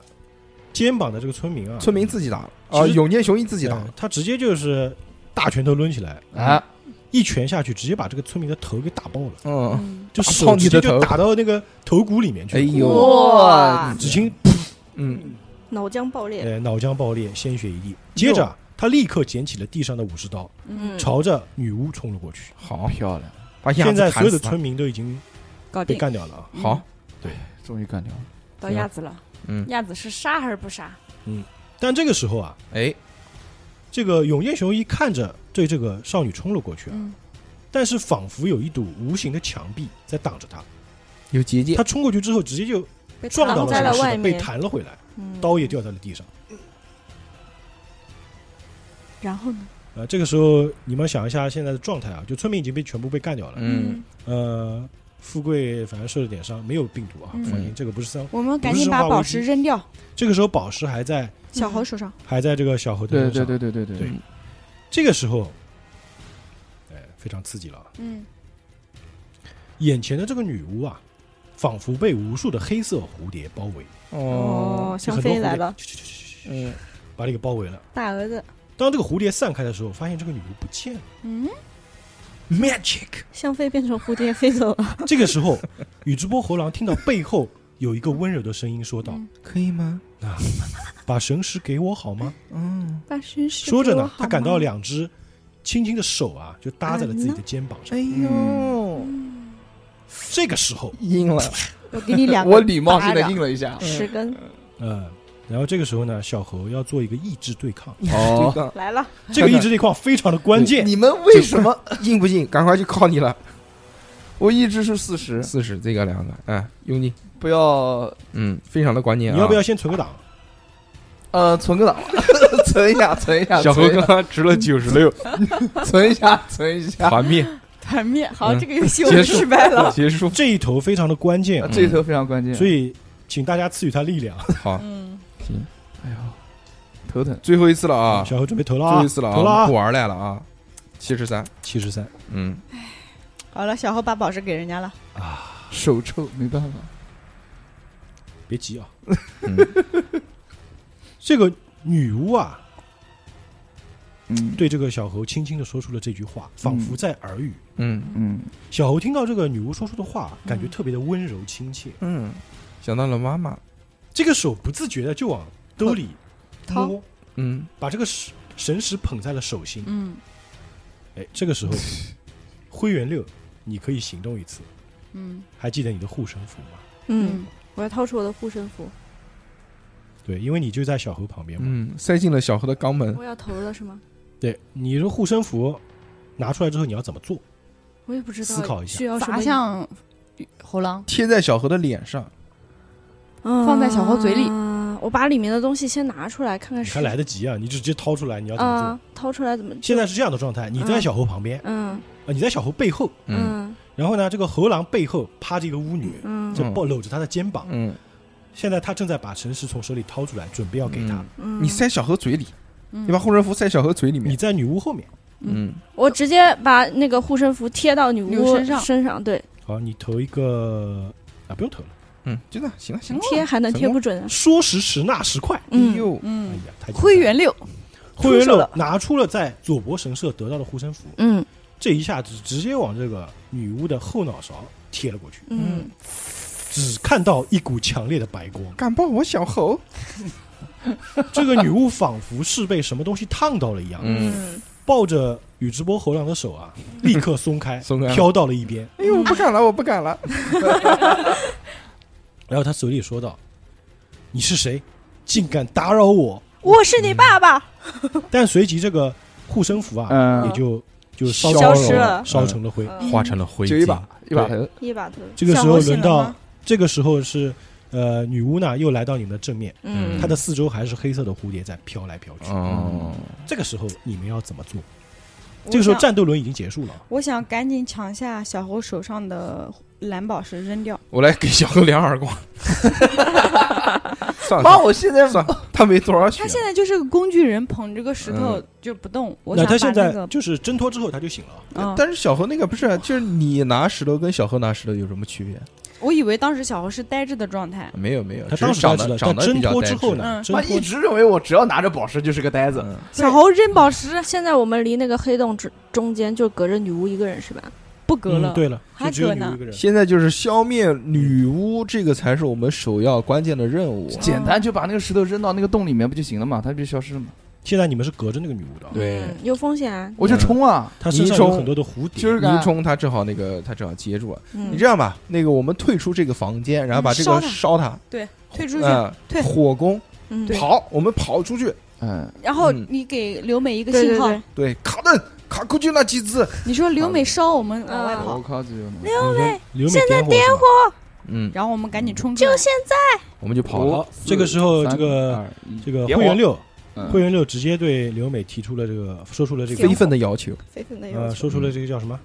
A: 肩膀的这个村民啊，
B: 村民自己打了
A: 其实
B: 啊，永健雄一自己打哎
A: 哎，他直接就是大拳头抡起来，
D: 啊，
A: 一拳下去，直接把这个村民的头给打爆了，
B: 嗯，
F: 嗯
A: 就
B: 打
A: 手
B: 爆
A: 直
B: 你
A: 接
B: 的
A: 就
B: 头
A: 打到那个头骨里面去
B: 哎
A: 了，
B: 呦，
E: 哇，
A: 只听
B: 嗯，
E: 脑浆爆裂，
A: 呃脑浆爆裂，鲜血一地。接着啊他立刻捡起了地上的武士刀，
E: 嗯，
A: 朝着女巫冲了过去。
B: 好，
D: 漂亮，
B: 把鸭
A: 现
B: 子
A: 在所
B: 砍
A: 有的
B: 死他
A: 村，民都已经
F: 搞
A: 被
F: 定，嗯
A: 干掉了啊！
B: 好，
D: 终于干掉了。
F: 到鸭子了。
B: 嗯，
F: 鸭子是杀还是不杀？
A: 但这个时候啊，
B: 哎，
A: 这个永彦雄一看着对这个少女冲了过去啊，
F: 嗯
A: 但是仿佛有一堵无形的墙壁在挡着他。
B: 有结界
A: 他，冲过去之后，直接就
E: 被
A: 撞到
E: 挡在
A: 这个
E: 了
A: 石头
E: 外
A: 被
E: 面，
A: 弹了回来，
E: 嗯
A: 刀也掉在了地上。
F: 然后呢？
A: 呃，这个时候你们想一下现在的状态啊，就村民已经被全部被干掉了。
B: 嗯，
A: 呃，富贵反正受了点伤，没有病毒啊，
F: 嗯
A: 放心，这个不是三。
F: 我们赶紧把宝石扔掉，
A: 这个时候宝石还在，
F: 小猴手上。
A: 还在这个小猴头
D: 对
A: 身
D: 对
A: 上。
D: 对对对对
A: 对这个时候，哎，非常刺激了啊。
F: 嗯，
A: 眼前的这个女巫啊，仿佛被无数的黑色蝴蝶包围，
B: 哦，
E: 哦，
A: 就
E: 香
A: 很多
E: 妃
A: 蝴
E: 来
A: 蝶
E: 了，，
A: 嘘嘘嘘嘘嘘
B: 嗯，
A: 把你给包围了。
F: 大儿子，
A: 当这个蝴蝶散开的时候，发现这个女巫不见 了。
F: 嗯，
A: Magic！
E: 香妃变成蝴蝶飞走 了。
A: 这个时候，宇智波猴狼听到背后有一个温柔的声音说道：“
F: 嗯
B: 可以吗？
A: 把神石给我好吗？”
B: 嗯，
F: 把神石
A: 说着
F: 给我
A: 呢，
F: 好啊
A: 他感到
F: 吗，
A: 两只轻轻的手啊，就搭在了自己的肩膀
F: 嗯
A: 上。
B: 哎呦，
A: 这个时候，
B: 硬了，
F: 我给你两个，
D: 我礼貌性的应了一下。
E: 十根
A: 嗯，然后这个时候呢，小猴要做一个意志对抗，
D: 哦，
B: 对的
E: 来了，
A: 这个意志对抗非常的关键。
B: 你们为什么 硬不硬？赶快就靠你了。
D: 我一直是四十，
B: 四十，这个两个，哎，用力，
D: 不要
B: 嗯，非常的关键啊。
A: 你 要不要先存个档？
D: 呃存个档，存一下，存一下，
B: 小猴
D: 存一
B: 刚
D: 下
B: 刚值了九十 六，
D: 存一下，存一下。
B: 团灭，
F: 团灭。好，
B: 嗯
F: 这个游戏我们
B: 结束
F: 失败 了。
B: 结束。
A: 这一头非常的关键
D: 啊
B: 嗯
A: 啊，
D: 这一头非常关键。
A: 所以请大家赐予他力量。
B: 好，
F: 嗯，
B: 行，
D: 哎呦，头疼。
B: 最后一次了啊，
A: 小猴准备投了
B: 最后
A: 啊
B: 一，次了
A: 投了
B: 啊，
A: 啊
B: 不，玩来了啊，七十三，
A: 七十三。
B: 嗯，
F: 好了，小猴把宝石给人家了。
D: 手臭，没办法。
A: 别急啊，
B: 嗯
A: 这个女巫啊，
D: 嗯，
A: 对这个小猴轻轻的说出了这句话，仿佛在耳语。
B: 嗯
D: 嗯，
A: 小猴听到这个女巫说出的话，
F: 嗯
A: 感觉特别的温柔亲切，
B: 嗯，想到了妈妈，
A: 这个手不自觉的就往兜里
F: 掏
A: 摸，
B: 嗯，
A: 把这个石神石捧在了手心。
F: 嗯
A: 哎，这个时候，灰原六，你可以行动一次。
F: 嗯
A: 还记得你的护身符吗？
E: 嗯，，我要掏出我的护身符，
A: 对，因为你就在小猴旁边嘛。
B: 嗯，塞进了小何的肛门
A: 嗯
E: 我，要投了是吗？
A: 对，你的护身符拿出来之后，你要怎么做？
E: 我也不知道，
A: 思考一下
E: 需要什
F: 砸
E: 么？
F: 向猴狼。
B: 贴在小何的脸上，
E: 放
F: 放在小猴嘴里
E: 嗯我把里面的东西先拿出来看看
A: 你
E: 是
A: 还来得及啊！你就直接掏出来，你要怎么做？
E: 啊，掏出来怎么就？
A: 现在是这样的状态：你在小猴旁边，
E: 嗯
A: 呃，你在小猴背后，
B: 嗯
E: 嗯
A: 然后呢，这个猴狼背后趴着一个巫女，
E: 嗯
A: 就抱搂着她的肩膀。
B: 嗯，
A: 现在她正在把神石从手里掏出来，准备要给她。
E: 嗯，
B: 你塞小何嘴里，
F: 嗯
B: 你把护身符塞小何嘴里
A: 你
B: 面，
A: 在女巫后面，
B: 嗯，
E: 我直接把那个护身符贴到女
F: 女
E: 巫
F: 巫身上
E: 身上，哦对，
A: 好，啊你投一个啊，不用投了。
B: 嗯，就这样，行了行了，
E: 贴还能
B: 成
E: 贴
B: 功
E: 不准啊，
A: 说时迟，那时快，
E: 嗯
B: 哎，呦，
A: 哎
F: 嗯，
A: 呀，太
F: 灰原六，
A: 灰原
E: 出手
A: 六
E: 了
A: 拿出了在佐伯神社得到的护身符，
E: 嗯
A: 这一下子直接往这个女巫的后脑勺贴了过去，
E: 嗯，
A: 只看到一股强烈的白光。
B: 敢抱我小猴，
A: 这个女巫仿佛是被什么东西烫到了一样，
B: 嗯，
A: 抱着宇智波猴狼的手啊，立刻松 开，
B: 松开了
A: 飘到了一边。
B: 哎呦，我不敢了，我不敢了，
A: 然后他嘴里说道：“你是谁？竟敢打扰我
F: 我是你爸
E: 嗯
F: 爸。！”
A: 但随即这个护身符啊，
D: 嗯
A: 也就就烧
E: 消
A: 成
E: 失了
A: 烧成了灰。
E: 嗯
B: 化成了灰
D: 就一把
B: 烬，
D: 一把头，
E: 一把头，
A: 这个时
F: 小
A: 候
F: 猴醒
A: 轮
F: 了
A: 到
F: 吗
A: 这个时候是呃女巫呢又来到你们的正面，
E: 嗯，
A: 它的四周还是黑色的蝴蝶在飘来飘去。
B: 哦，
A: 这个时候你们要怎么做？
F: 我
A: 这个时候
F: 想
A: 战斗轮已经结束了，
F: 我想赶紧抢下小猴手上的蓝宝石扔掉。
B: 我来给小何两耳 光，算
D: 妈，
B: 了
D: 我现在
B: 算了，他没多少血
F: 他，现在就是个工具人，捧着个石头
B: 嗯
F: 就不动。我
A: 那
F: 想把
A: 他现
F: 那
A: 在
F: 个，
A: 就是挣脱之后他就醒了。
F: 嗯，
B: 但是小何那个不是，啊就是你拿石头跟小何拿石头有什么区别？啊
F: 我以为当时小猴是呆着的状态。
B: 没有没有，
A: 他
B: 只是
A: 当时
B: 呃长
A: 呆滞了，但
B: 得长得比
A: 挣
B: 较
A: 脱
B: 呆
A: 之
B: 滞
A: 后呢，
F: 嗯
A: 挣
D: 妈
A: 脱
D: 一直认为我只要拿着宝石就是个呆子。
B: 嗯
F: 小猴扔宝石
E: 现在我们离那个黑洞之中间就隔着女巫一个人是吧？
F: 不隔
A: 嗯
F: 了，
A: 对了，就
F: 还
A: 只有
F: 可
A: 你
F: 呢
A: 一个人。
B: 现在就是消灭女巫，这个才是我们首要关键的任务。啊
D: 简单就把那个石头扔到那个洞里面不就行了嘛？它不就消失了嘛？
A: 现在你们是隔着那个女巫的啊，
B: 对
E: 嗯，有风险啊，
D: 我就冲啊！
A: 她身上
B: 你
A: 有
B: 从
A: 很多的蝴蝶，嗯
D: 就是
B: 你
D: 干
B: 一冲，他正好那个，他正好接住了。啊
E: 嗯
B: 你这样吧，那个我们退出这个房间，然后把这个
F: 嗯烧他
B: 烧他，
F: 退出去，
B: 嗯
F: 退
B: 火攻
E: 嗯，
B: 跑，我们跑出去，
D: 嗯，
F: 然后
B: 嗯
F: 你给刘美一个
E: 对
F: 信
E: 对
F: 号，
E: 对
B: 对，卡顿卡库就那几只，
F: 你说刘美烧我们往
E: 嗯
F: 外
D: 我
F: 跑，
D: 靠，这种
A: 你说刘美点火是吧
B: 嗯，
F: 然后我们赶紧冲出来
E: 就。现在，
B: 我们就跑了。
A: 好这个时候这个这个会员六，会
B: 嗯
D: 员
A: 员六直接对刘美提出了这个，说出了这个
B: 非分的要求，
E: 非常的有
A: 呃，说出了这个叫什么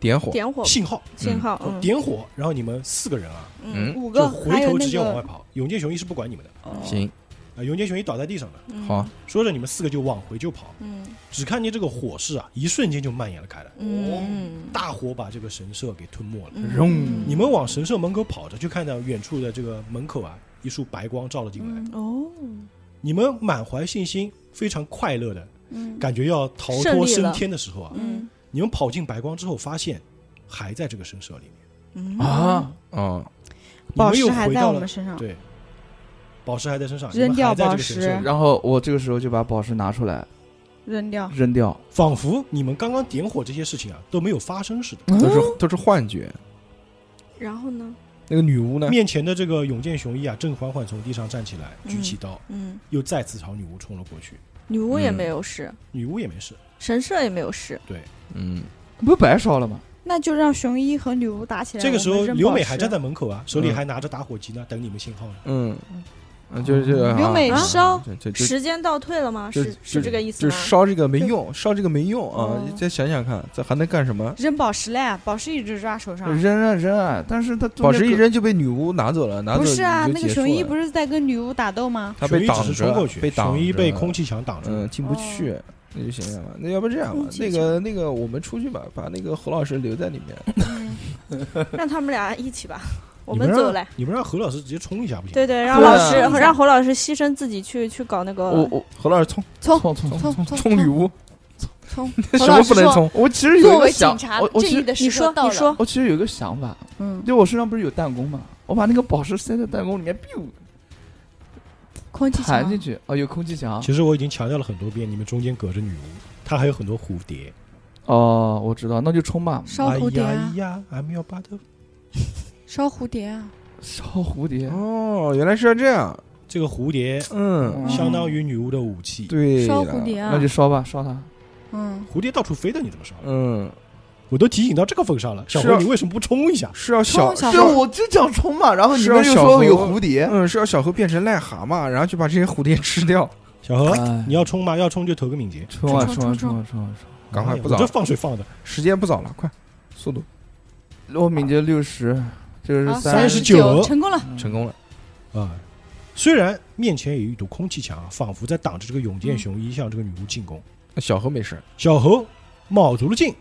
B: 点火，
E: 点火
F: 嗯
A: 信号，
E: 信号，
A: 说
E: 嗯
A: 点火，然后你们四个人啊，
E: 嗯
F: 五
A: 就
F: 个，还
A: 回
F: 有
A: 头
F: 那
A: 直接往外
F: 个
A: 跑。永健雄一是不管你们的，
B: 行，
A: 啊，永健雄一倒在地上了，
E: 嗯
B: 好，
A: 说着你们四个就往回就跑，
E: 嗯
A: 只看见这个火势啊，一瞬间就蔓延了开来，
E: 嗯，
A: 大火把这个神社给吞没了。
B: 嗡
E: 嗯
A: 你们往神社门口跑着，就看到远处的这个门口啊，一束白光照了进来。
F: 嗯
E: 哦，
A: 你们满怀信心，非常快乐的
F: 嗯
A: 感觉要逃
E: 胜
A: 脱
E: 利了
A: 升天的时候啊，
E: 嗯
F: 嗯
A: 你们跑进白光之后，发现还在这个神社里面。
E: 嗯
B: 啊，哦，
A: 你
F: 宝
A: 们又
F: 石还
A: 回
F: 在
A: 到
F: 我
A: 了
F: 们身上，
A: 对，宝石还在身上，
F: 扔
A: 你们还
F: 掉
A: 在这
F: 宝
A: 个
F: 石
A: 神社里，
D: 然后我这个时候就把宝石拿出来
F: 扔掉。
D: 扔掉，
A: 仿佛你们刚刚点火这些事情啊都没有发生似的。
B: 都
F: 嗯
B: 是都是幻觉。
E: 然后呢？
B: 那个女巫 呢？
A: 面前的这个永健雄一啊，正缓缓从地上站起来，举起刀，
E: 嗯，
A: 又再次朝女巫冲了过去。
E: 女巫也
B: 嗯
E: 没有事，
A: 女巫也没事，
E: 神社也没有事，
B: 嗯，
D: 不白烧了吗？
F: 那就让熊一和女巫打起来。
A: 这个时
F: 我
A: 候
F: 们扔
A: 刘
F: 宝
A: 美
F: 石
A: 还站在门口啊，手里还拿着打火机呢，等你们信号呢。
B: 嗯，嗯，就是这个啊
F: 刘美
B: 啊
E: 烧
B: 这这这
E: 时间倒退了吗？
B: 就是
E: 是这个意思
B: 就
E: 吗？
B: 是烧这个没用，烧这个没用啊！
E: 哦
B: 你再想想看，这还能干什么？
F: 扔宝石嘞，宝石一直抓手
B: 嗯
F: 上。
D: 扔啊扔啊，但是他
B: 宝石一扔就被女巫拿走了，拿走
F: 不是啊，
B: 你
F: 那
B: 就
F: 个
B: 结束
F: 熊一
B: 了
F: 不是在跟女巫打斗吗？
B: 他
A: 熊
B: 被
A: 一只
B: 挡
A: 是
B: 着
A: 冲过
B: 了，
A: 去，
B: 挡着，啊
A: 熊一被空气墙挡住了。
B: 嗯进
F: 哦
B: 不去，那就想想吧。那要不这样吧
E: 空，气
B: 那个那个我们出去吧，把那个侯老师留在里面。
F: 嗯
E: 让他们俩一起吧，我
A: 你们
E: 们
A: 让
E: 走来。
A: 你们让何老师直接冲一下不行？
E: 对对，让
D: 对啊
E: 老师让侯老师牺牲自己去去搞那
D: 我
E: 个，
D: 我
B: 侯老师 冲
D: 冲冲冲
F: 呃冲冲
B: 冲女巫，
F: 冲！
B: 什
F: 侯
B: 么
F: 老师
B: 不能
F: 说
B: 冲？
D: 我其实有
F: 作
D: 一个
F: 为
D: 想
F: 警察
D: 我，我
F: 正
D: 其
F: 义
D: 实
F: 的
E: 你
F: 时
E: 说
F: 刻到
E: 你
F: 了。
E: 说，
D: 我其实有一个想法，
F: 嗯，
D: 就我身上不是有弹弓嘛，我把那个宝石塞在弹弓里面，biu
F: 空气啊
D: 弹进
F: 墙，
D: 去，哦，有空气墙。
A: 其实我已经强调了很多遍，你们中间隔着女巫，她还有很多蝴蝶。
D: 哦，我知道，那就冲吧，
F: 烧蝴蝶
A: 哎呀
F: 啊
A: 哎，呀，俺们要把它。
F: 烧蝴蝶啊！
D: 烧蝴蝶。
B: 哦，原来是要这样。
A: 这个蝴蝶
B: 嗯，
D: 嗯
A: 相当于女巫的武器，
B: 对，
F: 哦烧蝴蝶。啊！
D: 那就烧吧，烧它。
F: 嗯，
A: 蝴蝶到处飞的，你怎么烧？
B: 嗯，
A: 我都提醒到这个份上了，小
B: 是
A: 辉
B: 啊
A: 你为什么不冲一下？
B: 是要小
F: 冲小
B: 是要
F: 猴
D: 我就想冲嘛，然
B: 是要小猴
D: 蝶。
B: 嗯，是要小猴变成癞蛤蟆，然后就把这些蝴蝶吃掉。
A: 小何，
D: 哎
A: 你要冲吗？要冲就投个敏捷，
D: 冲啊
F: 冲
D: 冲啊
F: 冲
D: 冲啊冲啊冲啊！
B: 赶快
A: 哎呀
B: 不早
A: 我这放水放的
B: 时间不早了，快，速度
D: 我敏捷六十，这个
F: 好
D: 是
A: 三十
D: 十。
A: 39
F: 成功了。
B: 成
D: 嗯
B: 功了。
A: 啊！虽然面前有一堵空气墙啊，仿佛在挡着这个永健雄一向这个女巫进攻，
B: 那小猴没事，
A: 小何卯足了劲，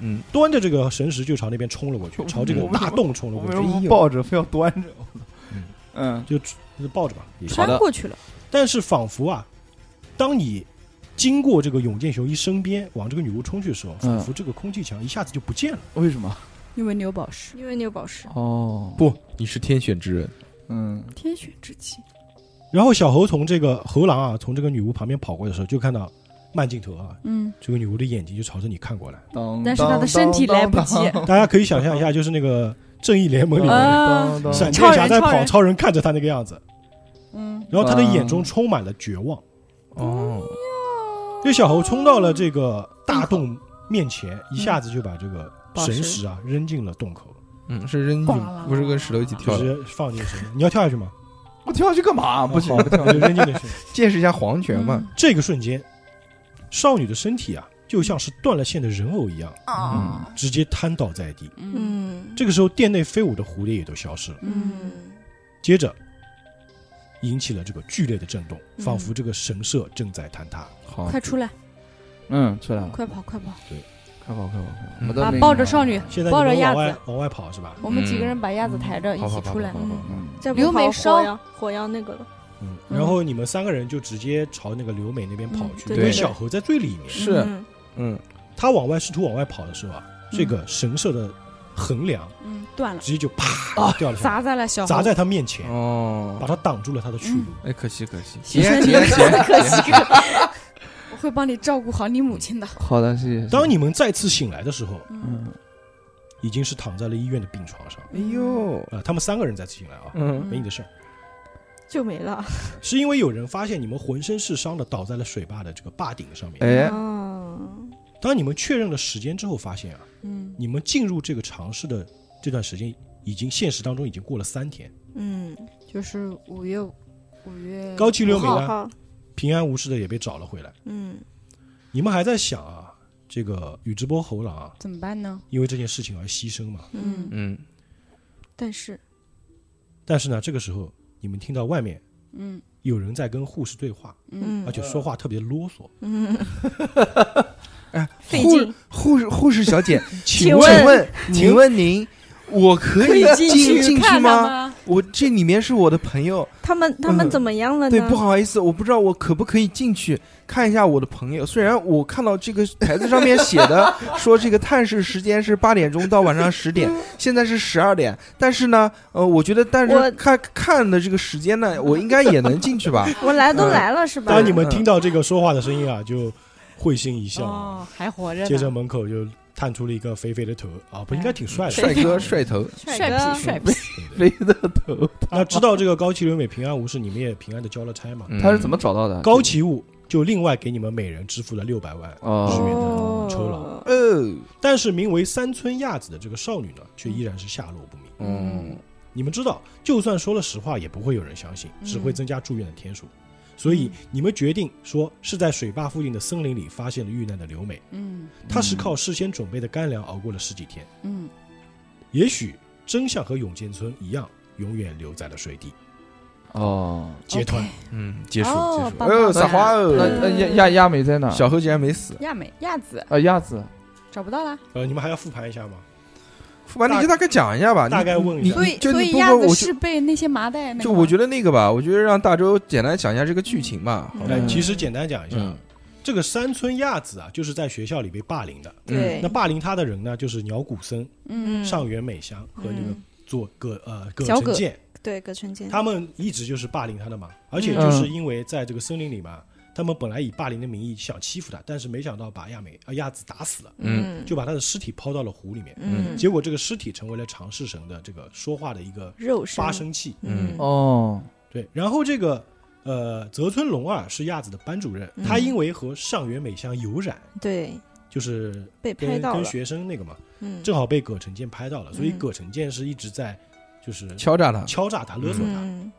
B: 嗯，
A: 端着这个神石就朝那边冲了过 去，
D: 我
A: 朝这个
D: 我为什
A: 大
D: 么
A: 洞冲了
D: 我
A: 过
D: 为
A: 去
D: 什么
B: 哎
D: 不
B: 呦
D: 抱着，非要端着？嗯，
A: 就，就抱着吧。
E: 穿
D: 好的
E: 过去了，
A: 但是仿佛啊，当你经过这个永健雄一身边，往这个女巫冲去的时候，
D: 嗯
A: 仿佛这个空气墙一下子就不见了。
D: 为什么？
F: 因为你有宝石，
E: 因为你有宝石，
D: 哦，
B: 不，你是天选之人。
D: 嗯，
F: 天选之气。
A: 然后小猴从这个猴狼啊，从这个女巫旁边跑过的时候，就看到慢镜头啊，
F: 嗯，
A: 这个女巫的眼睛就朝着你看过来。
D: 当
F: 但是他的身体来不及
A: 大家可以想象一下，就是那个正义联盟里面
F: 啊
A: 闪电侠
D: 闪
F: 超人
A: 在
F: 超
A: 跑，
F: 人
A: 超人看着他那个样子，
F: 嗯，
A: 然后他的
D: 嗯
A: 眼中充满了绝望。
B: 哦，
A: 这嗯小猴冲到了这个大洞面前，一下子就把这个神石啊扔进了洞口，
B: 嗯，是扔进去，不是跟石头一起
A: 就
B: 跳的。
A: 是放进去。你要跳下去吗？
D: 我跳下去干嘛？不行，
A: 好，那就扔进去。
B: 见识一下黄泉
F: 嗯
B: 嘛。
A: 这个瞬间，少女的身体啊，就像是断了线的人偶一样，
F: 啊，
A: 直接瘫倒在地。
F: 嗯
E: 嗯，
A: 这个时候，店内飞舞的蝴蝶也都消失了。
F: 嗯，
E: 嗯，
A: 接着，引起了这个剧烈的震动，
E: 嗯
A: 仿佛这个神社正在坍塌。
B: 好
F: 快，出来，
D: 嗯，出来了，
F: 快跑，快跑！
D: 快跑，快跑，快跑！
B: 嗯
D: 我的
F: 啊
D: 命，
F: 抱着少女，
A: 现在你
F: 抱着
A: 们
F: 鸭
A: 往
F: 子
A: 外往外跑是吧？
F: 我们几个人把鸭子抬着
B: 好
F: 一
B: 好
F: 起
B: 好
F: 出来
B: 好。好好好
D: 嗯，
E: 再不
F: 刘美
E: 跑
F: 烧
E: 火要火要那个了，
A: 嗯。
F: 嗯
A: 然后你们三个人就直接朝那个刘美那边跑去，
E: 嗯对
A: 因为
B: 对
A: 小猴在最里面。
B: 是，
E: 嗯
B: 嗯，
A: 他往外试图往外跑的时候啊，这个神社的横梁
F: 嗯，断了，
A: 直接就啪掉了下来，
F: 砸在了小猴
A: 砸在他面前，把
B: 哦，
A: 他挡住了他的去路。
B: 哎，可惜可惜，
F: 牺牲你了， 可惜可惜。我会帮你照顾好你母亲的。
D: 好的，谢谢。
A: 当，你们再次醒来的时候，
F: 嗯，
D: 嗯，
A: 已经是躺在了医院的病床上。呃
B: 哎呦，
A: 啊，他们三个人再次醒来啊，
B: 嗯，
A: 没你的事儿。
E: 就没了。
A: 是因为有人发现你们浑身是伤的倒在了水坝的这个坝顶上面。
D: 哎，
E: 嗯，
A: 当你们确认了时间之后，发现啊，
F: 嗯，
A: 你们进入这个尝试的这段时间，已经现实当中已经过了三天，
E: 嗯，
F: 就是五月五月
A: 高崎
E: 五
A: 留美
E: 号
A: 呢
E: 号，
A: 平安无事的也被找了回来。
E: 嗯
A: 你们还在想啊，这个宇智波侯郎啊，
F: 怎么办呢？
A: 因为这件事情而牺牲嘛。
E: 嗯，
B: 嗯，
E: 但是
A: 但是呢，这个时候你们听到外面
F: 嗯
A: 有人在跟护士对话，
F: 嗯，
A: 而且说话特别啰嗦。
E: 嗯，
B: 哎，
F: 费劲
B: 护士护士小 姐，
E: 请
B: 问，
E: 问
B: 问请问您，我可以进进去
F: 看他
B: 吗？？我这里面是我的朋友，
E: 他们他们
B: 嗯
E: 怎么样了呢？
B: 对，不好意思，我不知道我可不可以进去看一下我的朋友。虽然我看到这个牌子上面写的说这个探视时间是八点钟到晚上十点，现在是十二点，但是呢，呃，我觉得但
E: 我
B: 是看看的这个时间呢，我应该也能进去吧？
E: 我来都
B: 嗯
E: 来了是吧？
A: 当你们听到这个说话的声音啊，就会心一笑啊。
F: 哦，还活着呢，
A: 接着门口就探出了一个肥肥的头啊，不应该挺 帅的。
B: 帅哥帅头，
F: 帅
E: 哥
F: 皮帅皮，
D: 飞的头，
A: 那知道这个高崎留美平安无事，你们也平安的交了差
B: 嗯
A: 嘛？
D: 他是怎么找到的？
A: 高崎务就另外给你们每人支付了六百万，十元
D: 哦，
A: 的
E: 哦，
A: 酬劳。
B: 哦？
A: 但是名为三村亚子的这个少女呢，却依然是下落不明。
B: 嗯，
A: 你们知道，就算说了实话，也不会有人相信，只会增加住院的天数。所
F: 嗯
A: 以你们决定说是在水坝附近的森林里发现了遇难的刘美，
F: 嗯
A: 她是靠事先准备的干粮熬过了十几天。
F: 嗯
A: 也许真相和永健村一样，永远留在了水底。
D: 哦，
A: 结团
F: OK
B: 嗯，结束
F: 哦
B: 结束。
F: 棒棒
B: 哦，撒花
D: 那
B: 哦！
D: 那亚亚亚美在哪？
B: 小何竟然没死，
F: 亚美亚子
D: 啊，亚子，
F: 找不到啦，
A: 呃，你们还要复盘一下吗？
B: 副班，你就大概讲一下吧。
A: 大
B: 你
A: 概问一下
B: 你
F: 嗯所以
B: 就
F: 所以
B: 不
F: 亚
B: 不我
F: 子
B: 就是
F: 被那些麻袋那个
B: 就我觉
F: 得
B: 得那个吧，我觉得让大周简单讲一下这个剧情吧。好吧
A: 来，其实简单讲一下，
B: 嗯
A: 这个山村亚子啊，就是在学校里被霸凌的。
E: 对
A: 那霸凌她的人呢，就是鸟谷森、
F: 嗯
A: 上原美香和那个
E: 嗯
A: 做葛呃葛
F: 小
A: 城
F: 葛
A: 健，
E: 对葛嗯春坚，
A: 他们一直就是霸凌她的嘛。而且就是因为在这个森林里嘛，他们本来以霸凌的名义想欺负她，但是没想到把亚美呃亚子打死了，
B: 嗯
A: 就把她的尸体抛到了湖里面。
E: 嗯，
A: 结果这个尸体成为了长世神的这个说话的一个
E: 肉身
A: 发声器。
B: 嗯
D: 哦，
A: 对，然后这个呃泽村龙二是亚子的班主任，
E: 嗯
A: 他因为和上原美香有染，
E: 对，
A: 就是
E: 被拍
A: 跟
E: 到
A: 跟
E: 了，
A: 学生那个嘛，
E: 嗯，
A: 正好被葛城健拍到了，所以
E: 嗯
A: 葛城健是一直在就是
B: 嗯敲诈他。
A: 敲诈他、勒索他。
E: 嗯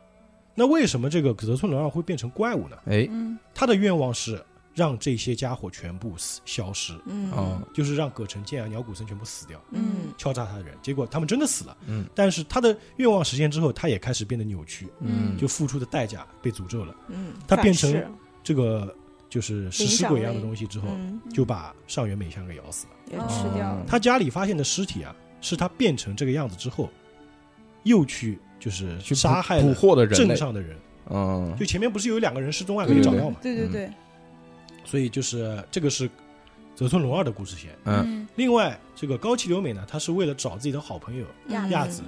A: 那为什么这个泽村龙二会变成怪物呢？
B: 哎，
F: 嗯
A: 他的愿望是让这些家伙全部死消失，
E: 嗯
B: 哦，
A: 就是让葛城健啊、鸟谷森全部死掉。
E: 嗯
A: 敲诈他的人，结果他们真的死了。
B: 嗯，
A: 但是他的愿望实现之后，他也开始变得扭曲，
B: 嗯
A: 就付出的代价被诅咒了。
E: 嗯，
A: 他
E: 反
A: 变成哦
E: 噬
A: 这个就是食尸鬼一样的东西之后，
E: 嗯，
A: 就把上原美香给咬死了。
F: 嗯哦
E: 也吃掉了，
A: 他家里发现的尸体啊，是他变成这个样子之后，又去就是
B: 去捕
A: 杀害
B: 捕
A: 了
B: 获的人
A: 镇
B: 类。
A: 上的人。
B: 嗯
A: 就前面不是有两个人失踪案
F: 对
A: 没
F: 对
A: 找
F: 对
A: 到嘛？
F: 对对对，
A: 所以就是这个是泽村龙二的故事线。
B: 嗯
F: 嗯
A: 另外，这个高崎留美呢，她是为了找自己的好朋友，
E: 嗯
A: 亚子，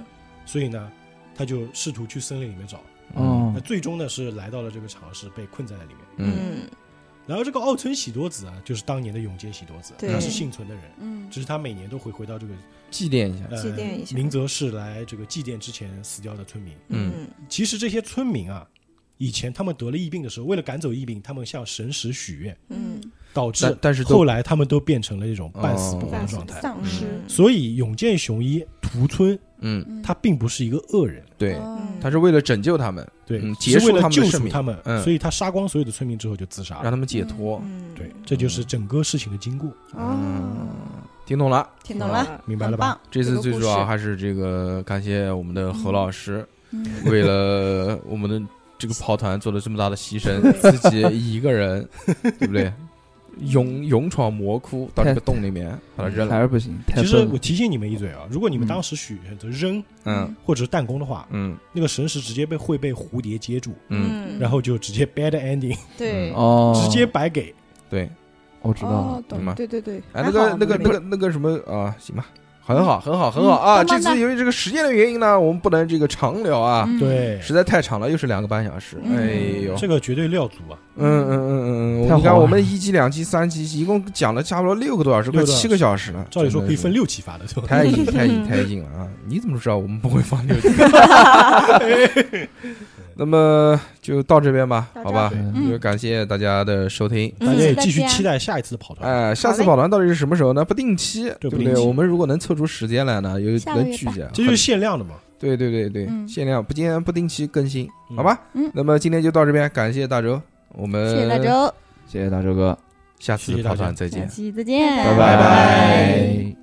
A: 所以呢，她就试图去森林里面找。
D: 哦
A: 那，最终呢是来到了这个尝试，被困在了里面。
B: 嗯
E: 嗯
A: 然后这个奥村喜多子啊，就是当年的永间喜多子，
E: 对
A: 他是幸存的人，
F: 嗯
A: 只是他每年都会回到这个
B: 祭奠一下。
A: 呃
E: 祭奠一下
A: 明泽市来这个祭奠之前死掉的村民。
B: 嗯
A: 其实这些村民啊，以前他们得了疫病的时候，为了赶走疫病，他们向神石许愿，
E: 嗯
A: 导致
B: 但但是
A: 后
B: 都
A: 来他们都变成了这种半死不活
B: 哦
A: 的状态。
F: 丧尸
E: 嗯
A: 所以永见雄一屠村，
B: 嗯，
F: 嗯
A: 他并不是一个恶人，
B: 对，
F: 哦
B: 他是为了拯救他们，
A: 对，
B: 嗯
A: 是
B: 结束
A: 为了
B: 他们
A: 救
B: 的
A: 赎
B: 生命
A: 他们，
B: 嗯
A: 所以他杀光所有的村民之后就自杀
B: 让
A: 了。
B: 他们解脱。
E: 嗯，
A: 对，嗯这就是整个事情的经过。
E: 哦，
B: 听懂了？
F: 听懂了，
A: 明白了吧
F: 很棒？
B: 这次最主
F: 有
B: 要
F: 个故事
B: 还是这个感谢我们的何老师，
F: 嗯
B: 为了我们的这个跑团做了这么大的牺牲，自己一个人，对不对？勇勇闯魔窟，到这个洞里面把它
F: 嗯
B: 扔
D: 还
B: 了。
D: 是不行，太
A: 其实
D: 笨了
A: 我提醒你们一嘴啊，如果你们
D: 嗯
A: 当时许选择扔
B: 嗯
A: 或者是弹弓的话，
B: 嗯
A: 那个神石直接被会被蝴蝶接住，
B: 嗯，
A: 然后嗯就直接 bad ending，
E: 对，
D: 哦，
A: 直接白给。
B: 对。
D: 我知道了
F: 哦，懂
B: 明白
F: 对对对，
B: 哎，
F: 还
B: 那个
F: 好
B: 那个
F: 没
B: 那个那个什么啊，行吧，很好，很好，很好
F: 嗯
B: 啊！
F: 棒棒
B: 这次
F: 的
B: 由于这个时间的原因呢，我们不能这个长聊啊，
F: 嗯，
A: 对，
B: 实在太长了，又是两个半小时。
F: 嗯
B: 哎呦，
A: 这个绝对料足啊，
B: 嗯嗯嗯嗯嗯，
D: 太
B: 你
D: 好
B: 看
D: 了
B: 我们一期、两期、三期，一共讲了差不多六个多小时，快
A: 六个多小
B: 七个小时了。
A: 照理说可以分
B: 六，
A: 六期发的，对吧？
B: 太硬太硬太硬了啊！你怎么知道我们不会放六 期？ 那么就到这边吧，
C: 到这
B: 好吧
A: 对？
D: 嗯
B: 就感谢大家的收听。
A: 大家也
F: 嗯再
A: 继续
F: 见
A: 期待下一次的跑团。
B: 哎，下次
E: 好嘞
B: 跑团到底是什么时候呢？不定期，
A: 对
B: 对不
A: 不定
B: 对？
A: 期
B: 我们如果能凑出时间来呢，有
F: 下个
B: 能
F: 月
B: 聚
F: 吧
B: 一下，
A: 这就是限量的嘛，
B: 对对对对，
F: 嗯
B: 限量不定不定期更新，
A: 嗯
B: 好吧？
F: 嗯
B: 那么今天就到这边，感谢大周，我们
F: 谢谢大，周，
D: 谢谢大周哥，
B: 下
A: 谢
B: 次
A: 谢大
B: 跑
A: 家
B: 团再
F: 下
B: 见，
F: 期再见，
C: 拜
D: 拜
B: 拜。